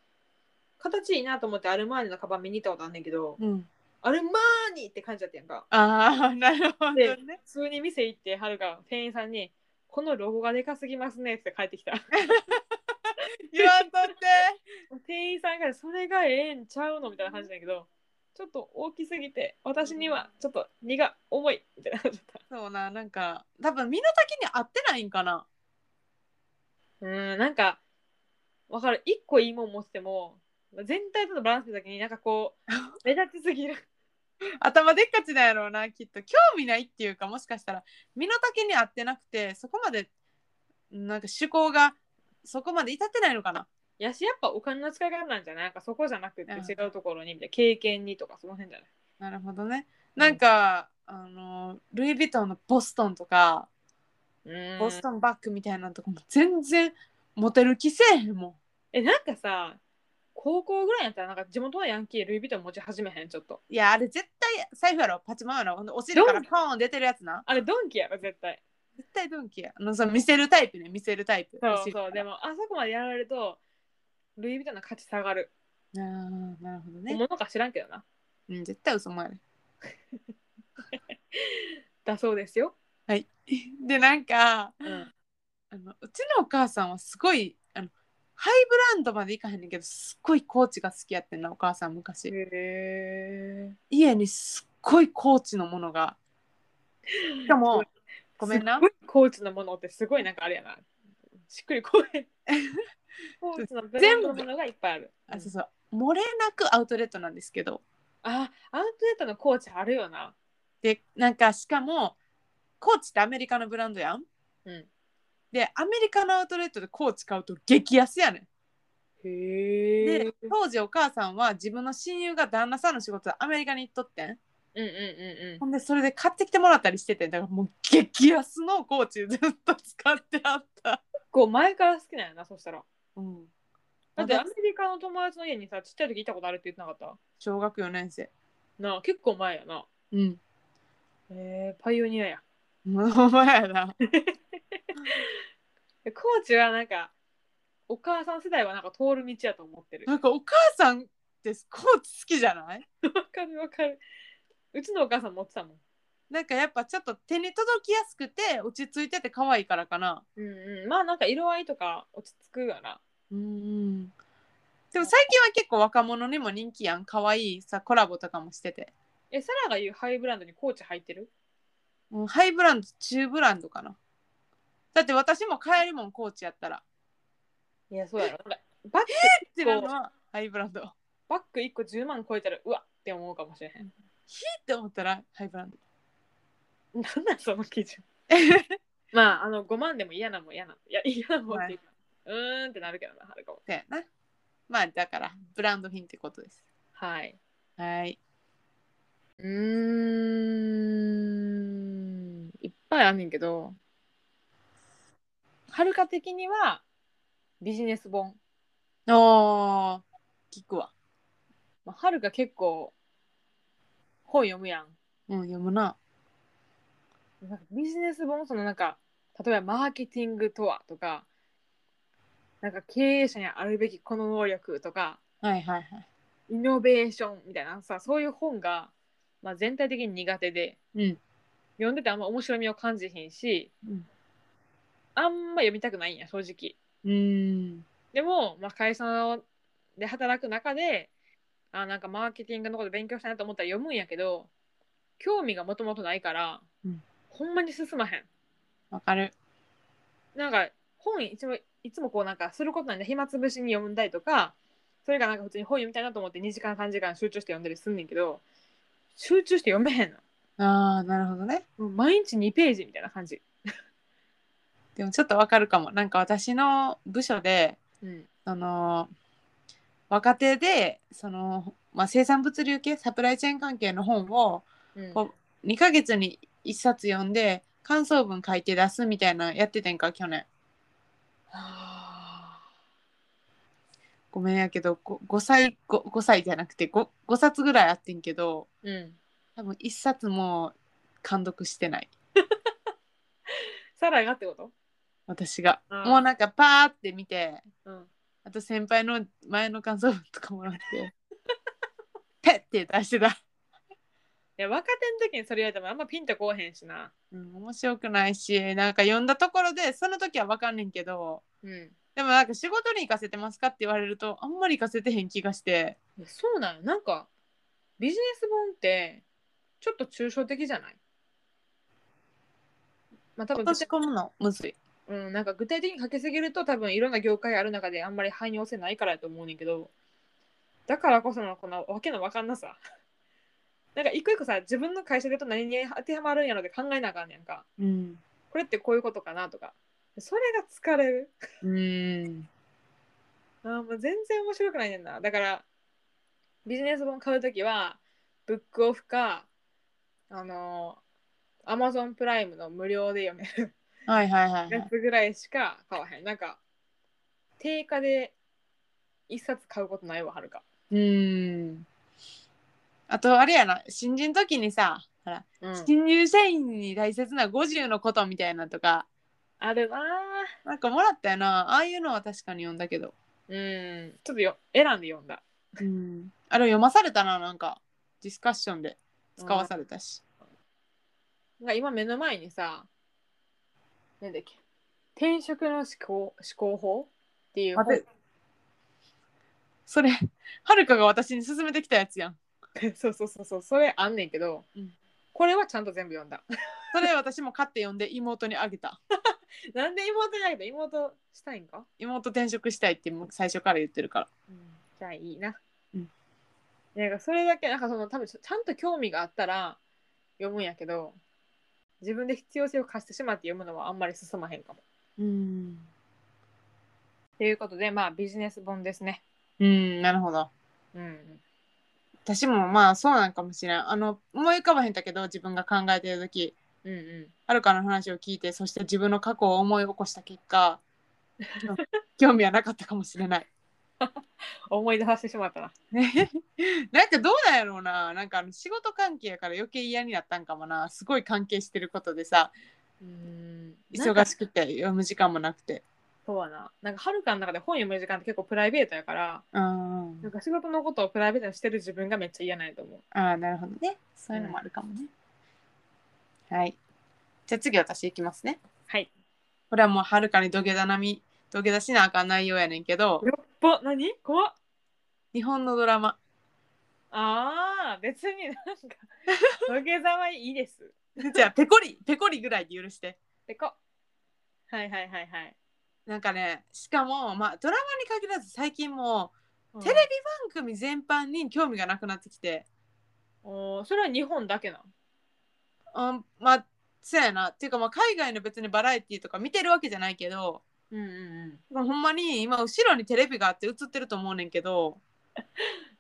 S1: 形いいなと思ってアルマーニのカバン見に行ったことあんねんけど、
S2: うん、
S1: アルマーニって感じだったやんか
S2: ああ なるほど
S1: で
S2: ね。
S1: 普通に店行ってはるか店員さんに「このロゴがでかすぎますね」って帰ってきた
S2: 言わんとって。
S1: 店員さんが「それがええんちゃうの?」みたいな感じだけどちょっと大きすぎて私にはちょっと荷が重いみたいな感じだった
S2: そうな、なんか、多分身の丈に合ってないんかな。
S1: うんなんかわかる一個いいもん持ってても全体とのバランスの時になんかこ う目立ちすぎる
S2: 頭でっかちなんやろうな、きっと。興味ないっていうか、もしかしたら、身の丈に合ってなくて、そこまで、なんか趣向が、そこまで至ってないのかな。
S1: やしやっぱお金の使い方なんじゃないなんかそこじゃなくて
S2: うん
S1: 違うところにみたいな経験にとかその辺じゃない
S2: なるほどね。なんか、あの、ルイ・ヴィトンのボストンとか、ボ
S1: ボ
S2: ス
S1: ストン
S2: トンバッグみたいなのとかも全然モテる気せえへんも
S1: えなんかさ高校ぐらいやったらなんか地元のヤンキールイ・ヴィトン持ち始めへんちょっと
S2: いやあれ絶対財布やろパチモンやろほんでお尻から
S1: ドン
S2: ポーン出てるやつな
S1: あれドンキやろ絶対
S2: 絶対ドンキやあのその見せるタイプね見せるタイプ
S1: そう
S2: お尻か
S1: そ
S2: ら
S1: うでもあそこまでやられるとルイ・ヴィトンの価値下がる、
S2: あーなるほど
S1: も
S2: ね、
S1: のか知らんけどな
S2: うん、絶対嘘もやね
S1: だそうですよ、
S2: でなんか
S1: うん、
S2: あのうちのお母さんはすごいあのハイブランドまで行かへんねんけどすっごいコーチが好きやってんなお母さん昔
S1: へえ
S2: 家にすっごいコーチのものがしかもごめんな
S1: コーチのものってすごいなんかあれやなしっくりこ えんコーチのブランドのものがいっぱいある
S2: あ
S1: うん
S2: そうそう漏れなくアウトレットなんですけど
S1: あアウトレットのコーチあるよな
S2: でなんかしかもコーチってアメリカのブランドやん
S1: うん
S2: でアメリカのアウトレットでコーチ買うと激安やねん
S1: へ
S2: で当時お母さんは自分の親友が旦那さんの仕事でアメリカに行っとってん
S1: うんうんうんうん
S2: ほんでそれで買ってきてもらったりしててだからもう激安のコーチずっと使ってあった、
S1: こう前から好きなんやなそしたら
S2: うん、
S1: だって
S2: ま
S1: ア
S2: だ
S1: メリカの友達の家にさちっちゃい時行ったことあるって言ってなかった
S2: 小学4年生
S1: なあ結構前やな
S2: うん
S1: えー、パイオニアや
S2: お前やな
S1: でコーチはなんかお母さん世代はなんか通る道やと思ってる
S2: なんかお母さんってコーチ好きじゃない
S1: わかるわかるうちのお母さん持ってたもん
S2: なんかやっぱちょっと手に届きやすくて落ち着いてて可愛いからかな
S1: うんうんまあなんか色合いとか落ち着くよな
S2: うんでも最近は結構若者にも人気やん可愛いさコラボとかもしてて、
S1: えサラが言うハイブランドにコーチ入ってる
S2: うん、ハイブランド中ブランドかなだって私も買えるもんコーチやったら
S1: いやそうやろなんかバッグ
S2: ってなのはハイブランド
S1: バッグ1個10万超えたらうわって思うかもしれへん
S2: って思ったらハイブランド
S1: なんなんその基準まああの5万でも嫌なもん嫌ないや嫌なもんっていうか、うーんってなるけどなはるかも
S2: だよなまあだからブランド品ってことです
S1: はい
S2: はい、
S1: うーんいっぱいあんねんけどはるか的にはビジネス本
S2: おー聞くわ
S1: まあはるか結構本読むやん
S2: うん読むな
S1: なんかビジネス本そのなんか例えばマーケティングとはとかなんか経営者にあるべきこの能力とか
S2: はいはいはい
S1: イノベーションみたいなさそういう本が、まあ、全体的に苦手で
S2: うん
S1: 読んでてあんま面白みを感じひんし、
S2: うん
S1: あんま読みたくないんや正直
S2: うん
S1: でも、まあ、会社で働く中であなんかマーケティングのこと勉強したいなと思ったら読むんやけど興味がもともとないから、
S2: うん
S1: ほんまに進まへん
S2: わかる
S1: なんか本いつもいつもこうなんかすることなんで暇つぶしに読んだりとかそれがなんか普通に本読みたいなと思って2時間3時間集中して読んだりすんねんけど集中して読めへんの
S2: あーなるほどね
S1: もう毎日2ページみたいな感じ、
S2: でもちょっとわかるかもなんか私の部署で
S1: うん、
S2: その若手でその、まあ、生産物流系サプライチェーン関係の本を
S1: うん
S2: こう2ヶ月に1冊読んで感想文書いて出すみたいなのやっててんか去年
S1: は
S2: ごめんやけど 5, 歳 5, 歳じゃなくて 5, 5冊ぐらいあってんけど
S1: ーうん
S2: 多分1冊も監督してない
S1: サラがってこと
S2: 私が、
S1: うん
S2: もうなんかパーって見て
S1: うん
S2: あと先輩の前の感想文とかもらってペッて出してた、
S1: いや若手の時にそれ言われてもあんまピンとこうへんしな
S2: うん、面白くないしなんか読んだところでその時は分かんねんけど
S1: うんい
S2: でもなんか仕事に行かせてますかって言われるとあんまり行かせてへん気がして
S1: やそうなんよなんかビジネス本ってちょっと抽象的じゃないまあ多分
S2: 落とし込むのむずい
S1: うん、なんか具体的に書きすぎると多分いろんな業界ある中であんまり汎用性ないからやと思うねんけどだからこそのこのわけのわかんなさ なんか一個一個さ自分の会社で言うと何に当てはまるんやろって考えなあかんねんか
S2: うん
S1: これってこういうことかなとかそれが疲れる
S2: うん
S1: あーもう全然面白くないねんなだからビジネス本買うときはブックオフかあのアマゾンプライムの無料で読める
S2: はいはいはい、は
S1: や
S2: い、
S1: つぐらいしか買わへん。なんか、定価で一冊買うことないわはるか
S2: うんあとあれやな新人の時にさほら、
S1: うん
S2: 新入社員に大切な50のことみたいなとか
S1: あるなぁ
S2: なんかもらったよなああいうのは確かに読んだけど、
S1: うんちょっとよ選んで読んだ
S2: うん、あれ読まされたななんかディスカッションで使わされたし、
S1: なんか今目の前にさなんだっけ転職の思考思考法っていう
S2: あでそれはるかが私に勧めてきたやつやん
S1: 本 そうそうそうそうそれあんねんけど、
S2: うん
S1: これはちゃんと全部読んだ
S2: それ私も買って読んで妹にあげた
S1: なんで妹じゃないと妹したいんか、
S2: 妹転職したいってもう最初から言ってるから
S1: じゃあいいな、
S2: うん
S1: なんかそれだけなんかその多分ちゃんと興味があったら読むんやけど自分で必要性を貸してしまって読むのはあんまり進まへんかも
S2: うん
S1: ということでまあビジネス本ですね
S2: うんなるほど
S1: うん
S2: 私もまあそうなんかもしれんあの思い浮かばへんだけど自分が考えてる時
S1: うんう
S2: はるかの話を聞いてそして自分の過去を思い起こした結果 興味はなかったかもしれない。
S1: ん思い出させてしまったな
S2: ね、なんかどうなんやろうななんかあの仕事関係やから余計嫌になったんかもなすごい関係してることでさ
S1: うん
S2: 忙しくて読む時間もなくて。
S1: そうやななんかはるかの中で本読む時間って結構プライベートやから
S2: うん
S1: なんか仕事のことをプライベートにしてる自分がめっちゃ嫌なんやと思う
S2: ああなるほどねそういうのもあるかもね。はいじゃあ次私いきますね。
S1: はい
S2: これはもうはるかに土下座並み土下座しなあかん内容やねんけど。
S1: やっぱ何怖っ
S2: 日本のドラマ
S1: ああ別になんか土下座はいいです
S2: じゃあペコリペコリぐらいで許して
S1: てこはいはいはいはい、
S2: なんかねしかもまあドラマに限らず最近も
S1: うん
S2: テレビ番組全般に興味がなくなってきて
S1: おーそれは日本だけな
S2: うんまあそうやなっていうかまあ海外の別にバラエティーとか見てるわけじゃないけど
S1: うんうん
S2: まあほんまに今後ろにテレビがあって映ってると思うねんけど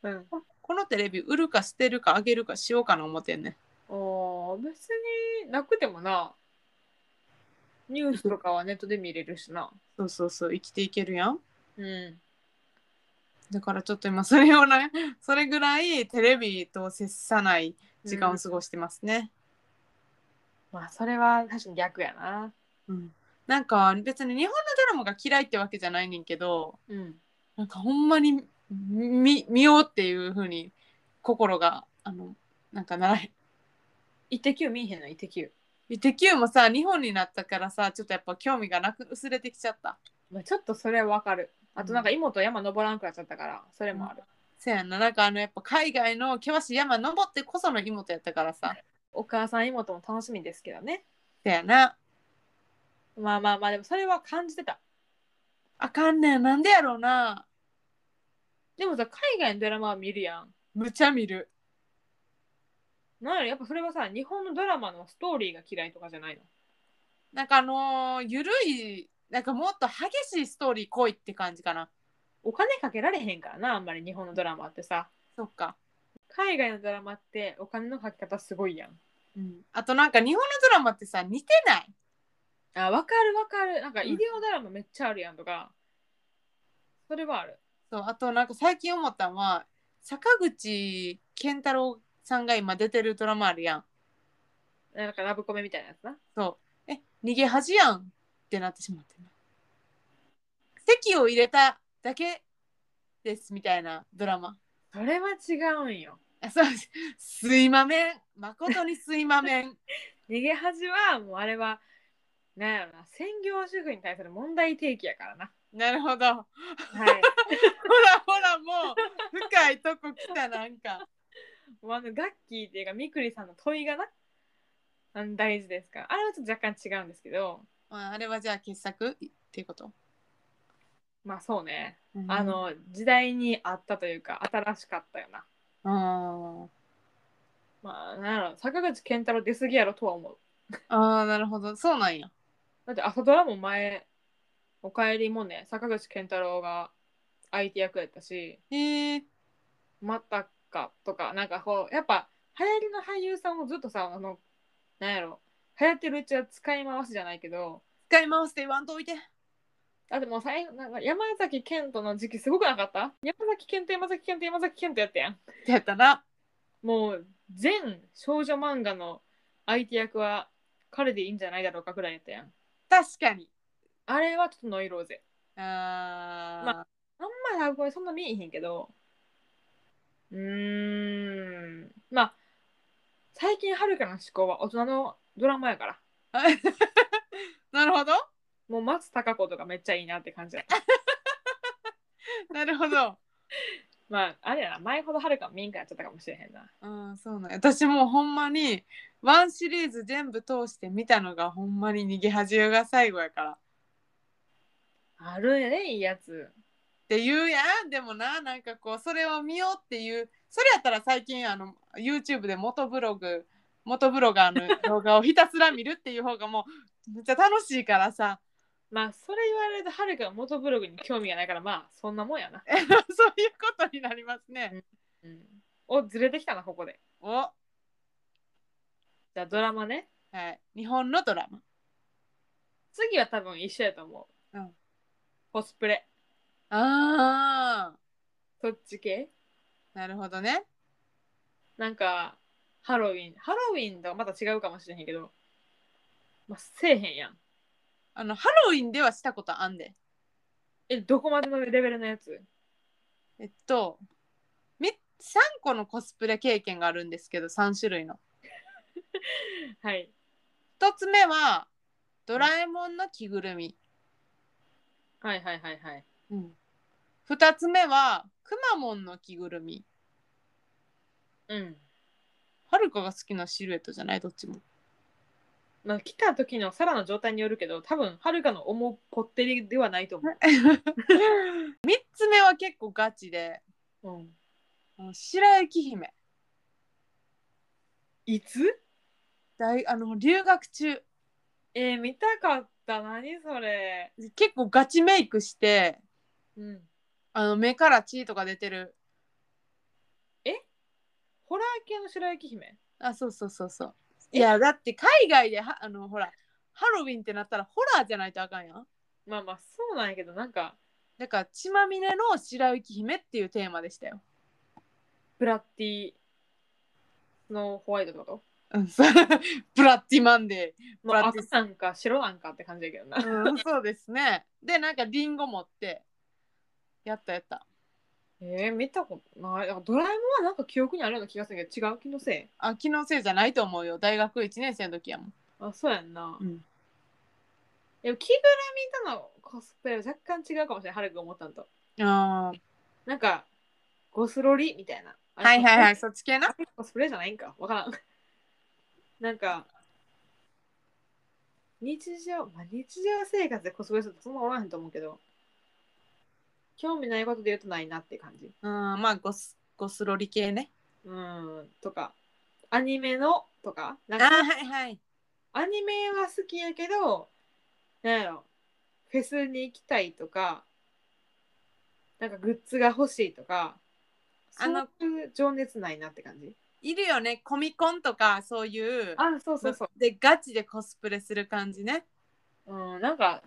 S1: うんうん
S2: このテレビ売るか捨てるかあげるかしようかな思ってんねん
S1: おー別になくてもなニュースとかはネットで見れるしな
S2: そうそうそう生きていけるやん
S1: うん
S2: だからちょっと今それをね それぐらいテレビと接さない時間を過ごしてますね、
S1: まあそれは確かに逆やな
S2: うんなんか別に日本のドラマが嫌いってわけじゃないねんけど
S1: うん
S2: なんかほんまに見見ようっていう風に心があのなんかならへん。
S1: イテ Q 見えへんのイテ Q、
S2: テ Q もさ日本になったからさちょっとやっぱ興味がなく薄れてきちゃった。
S1: まあ、ちょっとそれはわかるあとなんか妹山登らんくなっちゃったからそれもある、
S2: せやななんかあのやっぱ海外の険しい山登ってこその妹やったからさ。
S1: お母さん妹も楽しみですけどね
S2: せやな。
S1: まあまあまあでもそれは感じてた
S2: あかんねんなんでやろうな。
S1: でもさ海外のドラマは見るやん
S2: むちゃ見る。
S1: なんやろやっぱそれはさ日本のドラマのストーリーが嫌いとかじゃないの
S2: なんかあのーゆるいなんかもっと激しいストーリー濃いって感じかな。
S1: お金かけられへんからなあんまり日本のドラマってさ
S2: そっか。
S1: 海外のドラマってお金のかけ方すごいやん
S2: うん、あとなんか日本のドラマってさ似てない
S1: あわかるわかるなんか医療ドラマめっちゃあるやんとか、それはある
S2: そうあとなんか最近思ったのは坂口健太郎さんが今出てるドラマあるやん
S1: なんかラブコメみたいなやつな
S2: そうえ逃げ恥やんってなってしまってる席を入れただけですみたいなドラマ
S1: それは違うんよ
S2: あそうですすいまめん誠にすいまめん
S1: 逃げ恥はもうあれはなんやろな専業主婦に対する問題提起やからな
S2: なるほどほら
S1: はい
S2: ほらもう深いとこ来たなんか
S1: もうあのガッキーっていうかみくりさんの問いがなあの大事ですからあれはちょっと若干違うんですけど
S2: まああれはじゃあ傑作っていうこと、
S1: まあそうね、
S2: うん
S1: あの時代に合ったというか新しかったよな
S2: うん
S1: まあなんやろ坂口健太郎出過ぎやろとは思う
S2: ああ、なるほど。そうなんや。
S1: だって朝ドラも前「おかえり」もね坂口健太郎が相手役やったし
S2: へえ。
S1: 「またか」とかなんかこうやっぱ流行りの俳優さんをずっとさあのなんやろ流行ってるうちは使い回しじゃないけど
S2: 使い回して言わんといて。
S1: あでもさいなんか山崎賢人の時期すごくなかった山崎賢人山崎賢人山崎賢人やったやん
S2: やったな。
S1: もう全少女漫画の相手役は彼でいいんじゃないだろうかくらいやったやん
S2: 確かに。
S1: あれはちょっとノイローゼ
S2: あー、
S1: まあんまりこれそんな見えへんけどうーんまあ最近はるかの思考は大人のドラマやから
S2: なるほど。
S1: もう松たか子とかめっちゃいいなって感じだった
S2: なるほど。
S1: まああれやな前ほどはるかも民家やっちゃったかもしれへんな
S2: うん、そうなんや私もうほんまに、ワンシリーズ全部通して見たのがほんまに逃げ恥よが最後やから。っ
S1: あるよねいいやつ
S2: て言うやん。でもな、なんかこう、それを見ようっていう、それやったら最近、あの、YouTube で元ブログ、元ブロガーの動画をひたすら見るっていう方がもう、めっちゃ楽しいからさ。
S1: まあそれ言われるとはるかが元ブログに興味がないからまあそんなもんやな、
S2: そういうことになりますね。
S1: うん、おずれてきたなここで
S2: お、は
S1: じゃあドラマね
S2: い、日本のドラマ。
S1: 次は多分一緒やと思う、
S2: うん、
S1: コスプレ
S2: ああ、
S1: そっち系
S2: なるほどね。
S1: なんかハロウィンハロウィンとはまた違うかもしれへんけど、まあ、せえへんやん
S2: あのハロウィンではしたことあんで。
S1: えどこまでのレベルのやつ
S2: えっと、み三個のコスプレ経験があるんですけど、三種類の。
S1: はい
S2: 一つ目はドラえもんの着ぐるみ。
S1: はいはいはいはい
S2: うん。二つ目はくまモンの着ぐるみ。
S1: うん
S2: はるかが好きなシルエットじゃないどっちも。
S1: まあ来た時のサラの状態によるけど多分はるかの思うぽってりではないと思
S2: 三つ目は結構ガチで、
S1: う、うん、
S2: あの白雪姫。
S1: いつ
S2: 大あの留学中。
S1: えー見たかった何それ
S2: 結構ガチメイクして
S1: うん
S2: あの目から血とか出てる
S1: ホラー系の白雪姫
S2: あそうそうそうそう
S1: え
S2: いやだって海外ではあのほらハロウィンってなったらホラーじゃないとあかんやん
S1: まあまあそうなんやけどなんか
S2: だから血まみれの白雪姫っていうテーマでしたよ
S1: ブラッティのホワイトってこと
S2: うんそう ブラッディマンデ
S1: まあ
S2: ブラッ
S1: 赤なんか白なんかって感じやけどな
S2: ー、うん、そうですねでなんかリンゴ持ってやったやった
S1: えー、見たことない。なんかドラえもんはなんか記憶にあるような気がするけど、違う気のせい。
S2: あ気のせいじゃないと思うよ大学1年生の時やもん
S1: あ、そうやんな。
S2: うん
S1: でも着ぐるみとのコスプレは若干違うかもしれない、はるくん思ったんと。
S2: あ
S1: なんか、ゴスロリみたいな。。
S2: あはいはいはいいそっち系な
S1: コスプレじゃないんか。わからん。なんか、日常、まあ、日常生活でコスプレするとそんなおらへんと思うけど、興味ないことで言うとないなって感じ。
S2: うんまあゴスゴスロリ系ね
S1: うん、とか、アニメのとか、な
S2: あ
S1: んか
S2: はいはい
S1: アニメは好きやけど、なんやろ、フェスに行きたいとか、なんかグッズが欲しいとか、
S2: あの
S1: そういう情熱ないなって感じ。
S2: いるよねコミコンとかそういう
S1: あ、そうそうそ
S2: でガチでコスプレする感じね
S1: う。うん、なんか、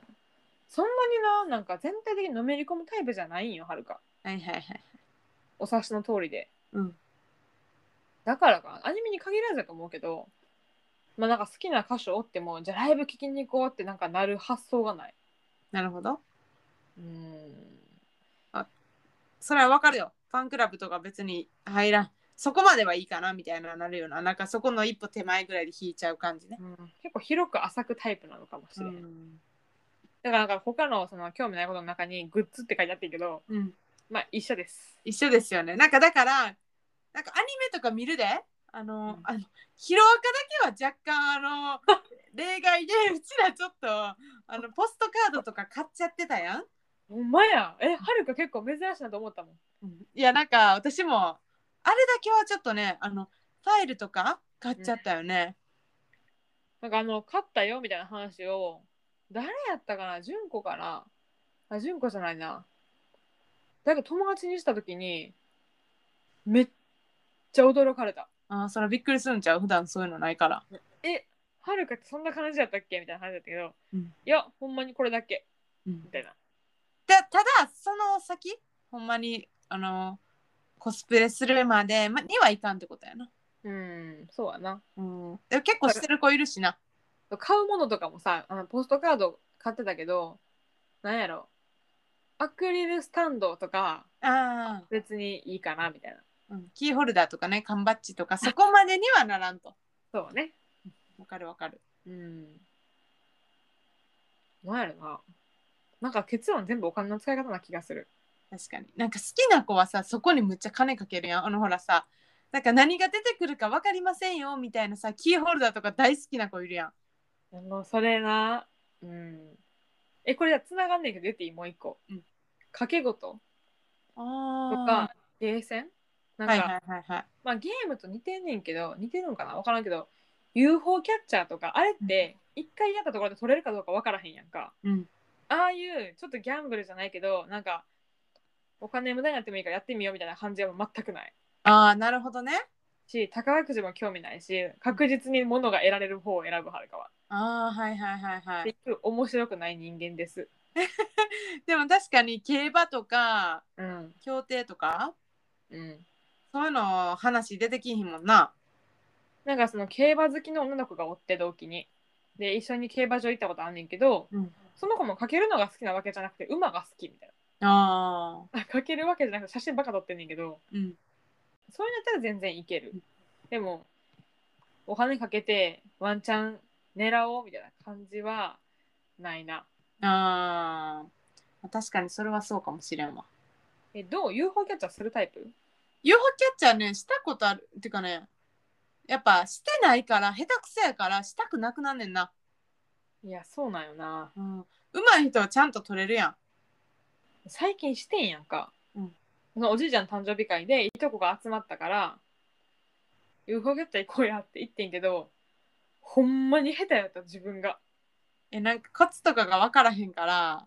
S1: そんなにな、なんか全体的にのめり込むタイプじゃないんよ、はるか。
S2: はいはいはい
S1: お察しの通りで。
S2: うん
S1: だからかな、アニメに限らずだと思うけど、まあなんか好きな歌手おっても、じゃあライブ聴きに行こうってなんかなる発想がない。
S2: なるほど
S1: うん。
S2: それはわかるよファンクラブとか別に入らんそこまではいいかなみたいななるようななんかそこの一歩手前ぐらいで引いちゃう感じね、
S1: うん、結構広く浅くタイプなのかもしれない、ん、
S2: ん
S1: だからなんか他のその興味ないことの中にグッズって書いてあってるけど
S2: うん、
S1: まあ一緒です
S2: 一緒ですよねなんかだからなんかアニメとか見るであの,、
S1: うん
S2: あのヒロアカだけは若干あの例外でうちらちょっとあのポストカードとか買っちゃってたやん
S1: ほんまやえはるか結構珍しいなと思ったもん
S2: いやなんか私もあれだけはちょっとねあのファイルとか買っちゃったよね、
S1: なんかあの勝ったよみたいな話を誰やったかな純子かなあ純子じゃないなだから友達にした時にめっちゃ驚かれた
S2: ああそれびっくりするんちゃう普段そういうのないから
S1: えはるかってそんな感じだったっけみたいな話だったけど、
S2: うん
S1: いやほんまにこれだけ
S2: うん
S1: みたいな
S2: だただその先ほんまにあのコスプレするまでまにはいかんってことやな、
S1: うんそうやな
S2: うん、でも結構してる子いるしな
S1: 買うものとかもさあのポストカード買ってたけどなんやろアクリルスタンドとか
S2: あ
S1: 別にいいかなみたいな
S2: ー、うん、キーホルダーとかね缶バッジとかそこまでにはならんと
S1: そうね
S2: わかるわかる
S1: うんなんやろななんか結論全部お金の使い方な気がする
S2: 確かになんか好きな子はさそこにむっちゃ金かけるやんあのほらさなんか何が出てくるか分かりませんよみたいなさキーホルダーとか大好きな子いるやん
S1: でもそれなうんえこれつながんねんけど言っていいもう一個、
S2: うん
S1: 掛け事と
S2: あ
S1: かゲーセンな
S2: ー
S1: んか、
S2: はいはいはいはい
S1: まあ、ゲームと似てんねんけど似てるのかな分からんけど UFO キャッチャーとかあれって一回やったところで取れるかどうか分からへんやんか
S2: うん
S1: ああいうちょっとギャンブルじゃないけどなんかお金無駄になってもいいからやってみようみたいな感じは全くない
S2: ああなるほどね
S1: し宝くじも興味ないし確実に物が得られる方を選ぶはるかは
S2: ああはいはいはいは
S1: って
S2: い
S1: いう面白くない人間です
S2: でも確かに競馬とか
S1: うん
S2: 競艇とか
S1: うん
S2: そういうの話出てきひんもんな
S1: なんかその競馬好きの女の子がおって同期にで一緒に競馬場行ったことあんねんけど、
S2: うん
S1: その子もかけるのが好きなわけじゃなくて馬が好きみたいな
S2: ああ
S1: あかけるわけじゃなくて 写真ばっか撮ってんねんけど
S2: うん
S1: そういうのやったら全然いけるでもお金かけてワンチャン狙おうみたいな感じはないな
S2: ああ確かにそれはそうかもしれんわ
S1: えどう UFO キャッチャーするタイプ
S2: UFO キャッチャーねしたことあるってかねやっぱしてないから下手くそやからしたくなくなんねんな、
S1: いやそうなんよな
S2: うん、うまい人はちゃんと取れるやん
S1: 最近してんやんか、
S2: うん
S1: そのおじいちゃんの誕生日会でいとこが集まったから UFO キャッチャー行こうやって言ってんけどほんまに下手やった自分が
S2: えなんかコツとかが分からへんから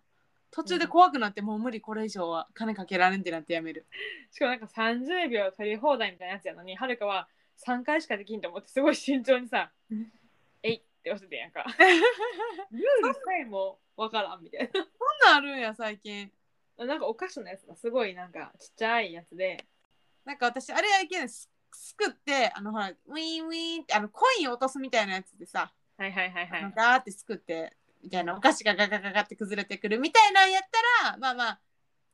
S2: 途中で怖くなって、もう無理これ以上は金かけられんってなってやめる
S1: しかもなんか30秒取り放題みたいなやつやのにはるかは3回しかできんと思ってすごい慎重にさ
S2: うん
S1: 「えい!」って押しててんやん かルールさえもわからんみたい
S2: そんなんあるんや最近
S1: ななんかお菓子のやつがすごいなんかちっちゃいやつで
S2: なんか私あれやいけんすすくってあのほらウィーンウィーンってあのコイン落とすみたいなやつでさ、
S1: はいはいはいは
S2: あの
S1: い
S2: ガーってすくってみたいなお菓子がガガガガって崩れてくるみたいなんやったらまあまあ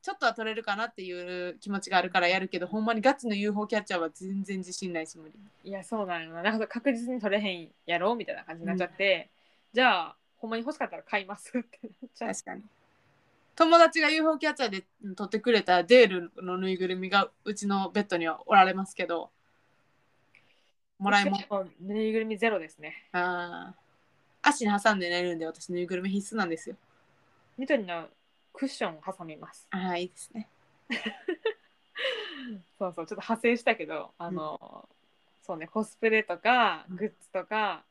S2: ちょっとは取れるかなっていう気持ちがあるからやるけどほんまにガチの UFO キャッチャーは全然自信ないし無理
S1: いやそうなんよななんか確実に取れへんやろうみたいな感じになっちゃって、じゃあほんまに欲しかったら買いますってなっちゃう
S2: 確かに友達が UFO キャッチャーでうん取ってくれたデールのぬいぐるみがうちのベッドにはおられますけどもらいもん
S1: ぬいぐるみゼロですね
S2: あー足に挟んで寝るんで私ぬいぐるみ必須なんですよ
S1: 緑のクッションを挟みます
S2: ああいいですね
S1: そうそうちょっと派生したけどあの、そうねコスプレとか
S2: うん
S1: グッズとか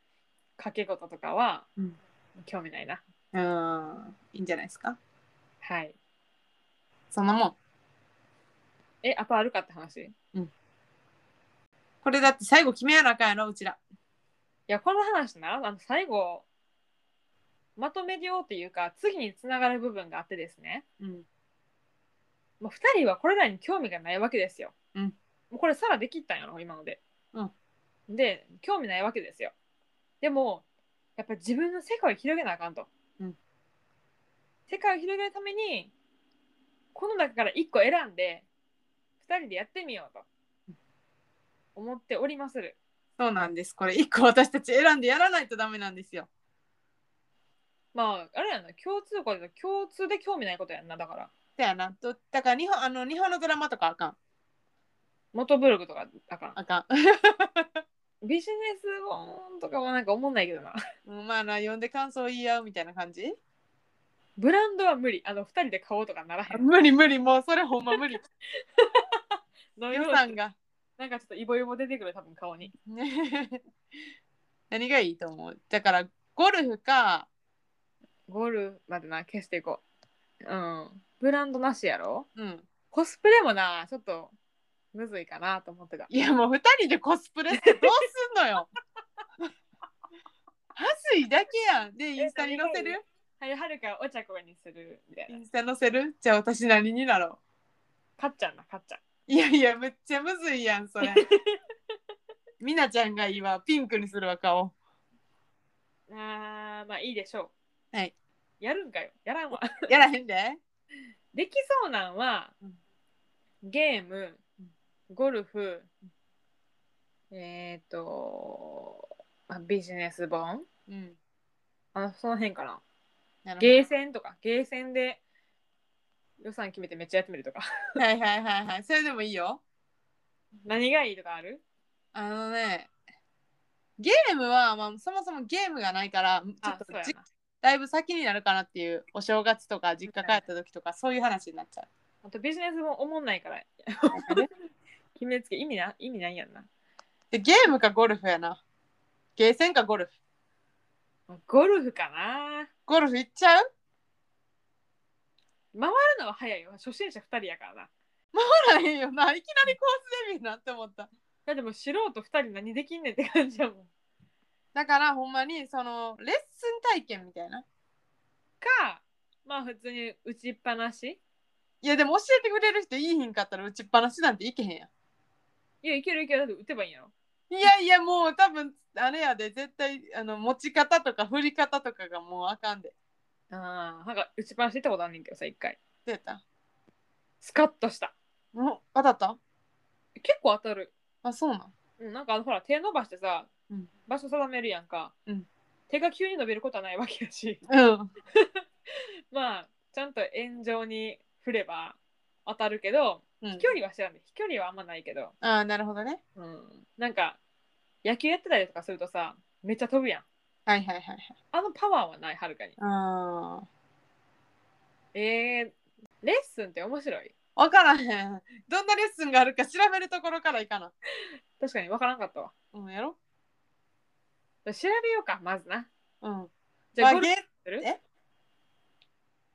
S1: 掛け事とかは、
S2: うん
S1: 興味ないな
S2: うんいいんじゃないですか
S1: はい
S2: そんなもん
S1: えあとあるかって話い
S2: これだって最後決めやなあかんやろうちら
S1: やこの話なあの最後まとめようっていうか次につながる部分があってですね
S2: うん
S1: もう2人はこれらに興味がないわけですよ、
S2: うん
S1: もうこれさらできったんやろ今ので、
S2: うん
S1: で興味ないわけですよでもやっぱり自分の世界を広げなあかんと、
S2: うん
S1: 世界を広げるためにこの中から1個選んで2人でやってみようと思っておりまする
S2: そうなんですこれ一個私たち選んでやらないとダメなんですよ
S1: まああれやな共通項で共通で興味ないことやんなだから
S2: だよなとだから日本あの日本のドラマとかあかん
S1: 元ブログとかあかん
S2: あかん
S1: ビジネス本とかはなんか思んないけどな
S2: うんまあな呼んで感想言い合うみたいな感じ
S1: ブランドは無理。あの、二人で買おうとかならへん。
S2: 無理無理もうそれほんま無理 予
S1: さん
S2: 算が、
S1: なんかちょっとイボイボ出てくる、多分顔に。
S2: ね、何がいいと思うだからゴルフか
S1: ゴールまでな、消していこう。うん。ブランドなしやろ
S2: うん
S1: コスプレもな、ちょっと、むずいかなと思ってた。
S2: いやもう2人でコスプレしてどう すんのよはずいだけやんでインスタに載せる
S1: はるはるかお茶子にするみたい
S2: イ
S1: な。
S2: ンスタ載せるじゃあ私何になろ
S1: かっちゃんだ、かっちゃん。
S2: ういやいやめっちゃむずいやん それみなちゃんがいいわピンクにするわ顔
S1: あーまあいいでしょう。
S2: はい。
S1: やるんかよ。やらんわ。
S2: やらへんで
S1: できそうなんは
S2: うん、
S1: ゲーム
S2: うん、
S1: ゴルフ、えっ、ー、と、まあ、ビジネス本
S2: うん
S1: あその辺かな。
S2: なるほど
S1: ゲーセンとか、ゲーセンで予算決めてめっちゃやってみるとか。
S2: はいはいはいはいそれでもいいよ
S1: 何がいいとかある
S2: あのねゲームは、まあ、そもそもゲームがないからちょ
S1: あ
S2: っと、
S1: そうや
S2: じ
S1: な。
S2: だいぶ先になるかなっていうお正月とか実家帰った時とかそういう話になっちゃう
S1: あとビジネスも思んないから、 決めつけ意味な、意味ないやんな。
S2: でゲームかゴルフやなゲーセンかゴルフ
S1: ゴルフかな
S2: ゴルフ行っちゃう
S1: 回るのは早いよ。初心者2人やからな。
S2: ほらへんよないきなりコースデビューなって思った
S1: いやでも素人2人何できんねんって感じやもん。
S2: だからほんまにそのレッスン体験みたいな
S1: か、まあ普通に打ちっぱなし。
S2: いやでも教えてくれる人いいひんかったら打ちっぱなしなんていけへんや
S1: いや、いけるいける。だって打てばいいんやろ。
S2: んいやいやもう多分あれやで絶対あの持ち方とか振り方とかがもうあかんで
S1: ああ、なんか打ちっぱなし行ったことあんねんけどさ、1回。
S2: どうやった
S1: スカッとした。
S2: もう当たった
S1: 結構当たる。
S2: あそうなん
S1: うん、なんかあのほら、手伸ばしてさ、
S2: うん
S1: 場所定めるやんか。
S2: うん
S1: 手が急に伸びることはないわけやし。
S2: うん
S1: まあちゃんと円状に振れば当たるけど
S2: うん
S1: 飛距離は知らない飛距離はあんまないけど、
S2: ああなるほどね
S1: うん、なんか野球やってたりとかするとさめっちゃ飛ぶやん
S2: はいはいはいはい
S1: あのパワーはないはるかに
S2: あー
S1: えー、レッスンって面白い
S2: 分からへんどんなレッスンがあるか調べるところからいかな
S1: 確かに分からんかったわ
S2: うんやろ
S1: 調べようかまずな
S2: うん
S1: じゃあゴ
S2: ま
S1: ルフ
S2: ゲ
S1: する
S2: え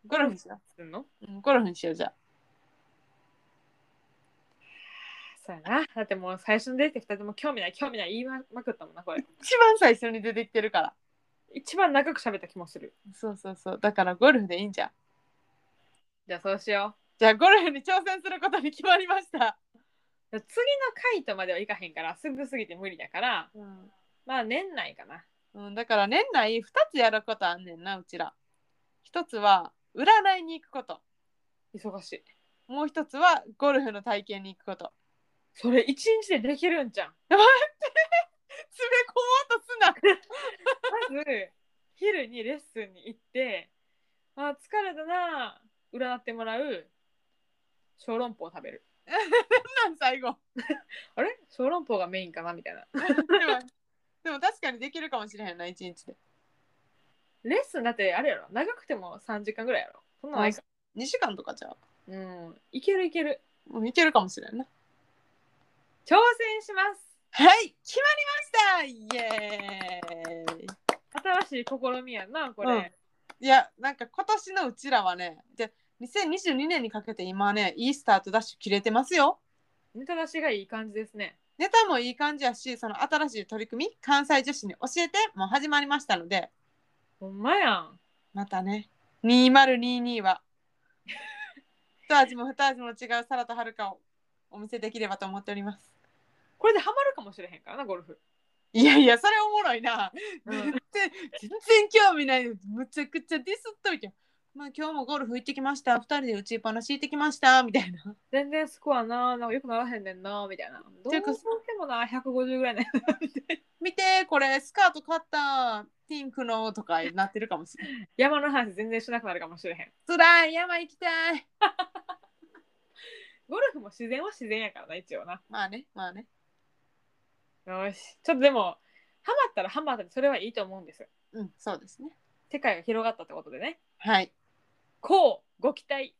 S2: ゴルフにしよ
S1: すんの
S2: う、うん、ゴルフにしようじゃあ
S1: そうやなだってもう最初に出てきた人とも興味ない興味ない言いまくったもんなこれ
S2: 一番最初に出てきてるから
S1: 一番長く喋った気もする
S2: そうそうそうだからゴルフでいいんじゃん
S1: じゃあそうしよ
S2: じゃあゴルフに挑戦することに決まりました、
S1: う次の回とまではいかへんからすぐすぎて無理だから
S2: うん
S1: まあ年内かな
S2: だから年内2つやることあんねんなうちら一つは占いに行くこと
S1: 忙しい
S2: もう一つはゴルフの体験に行くこと
S1: それ一日でできるんじゃん
S2: 詰め込もうと
S1: まず昼にレッスンに行ってあ疲れたな占ってもらう小籠包を食べる
S2: すななん最後
S1: あれ小籠包がメインかなみたいな
S2: でもでも確かにできるかもしれへんな一日で
S1: レッスンだってあれやろ長くても3時間ぐらいやろそんなんないか
S2: 2時間とかじゃあ
S1: うんいけるいける
S2: もういけるかもしれんな
S1: 挑戦します
S2: はい決まりましたイエーイ
S1: 新しい試みやんなこれ、
S2: うんいやなんか今年のうちらはねで2022年にかけて今ねいいスタートダッシュ切れてますよ
S1: ネタ出しがいい感じですね
S2: ネタもいい感じやしその新しい取り組み関西女子に教えても始まりましたので
S1: ほんまやん
S2: またね2022は 一味も二味も違うサラとはるかをお見せできればと思っております
S1: これでハマるかもしれへんからなゴルフ、
S2: いやいやそれおもろいな、
S1: う
S2: 全
S1: ん
S2: 然全然興味ないむちゃくちゃディスっといてまあ今日もゴルフ行ってきました二人で打ちっぱなし行ってきましたみたいな
S1: 全然スコアななんかよくならへんねんなみたいなどう
S2: てい
S1: で
S2: うか
S1: もな150ぐらいね
S2: 見てこれスカート買ったピンクのとかなってるかもしれない
S1: 山の話全然しなくなるかもしれへん
S2: つらい山行きたい
S1: ゴルフも自然は自然やからな一応な
S2: まあねまあね
S1: よしちょっとでもハマったらハマったでそれはいいと思うんです
S2: うんそうですね
S1: 世界が広がったってことでね
S2: はい
S1: こうご期待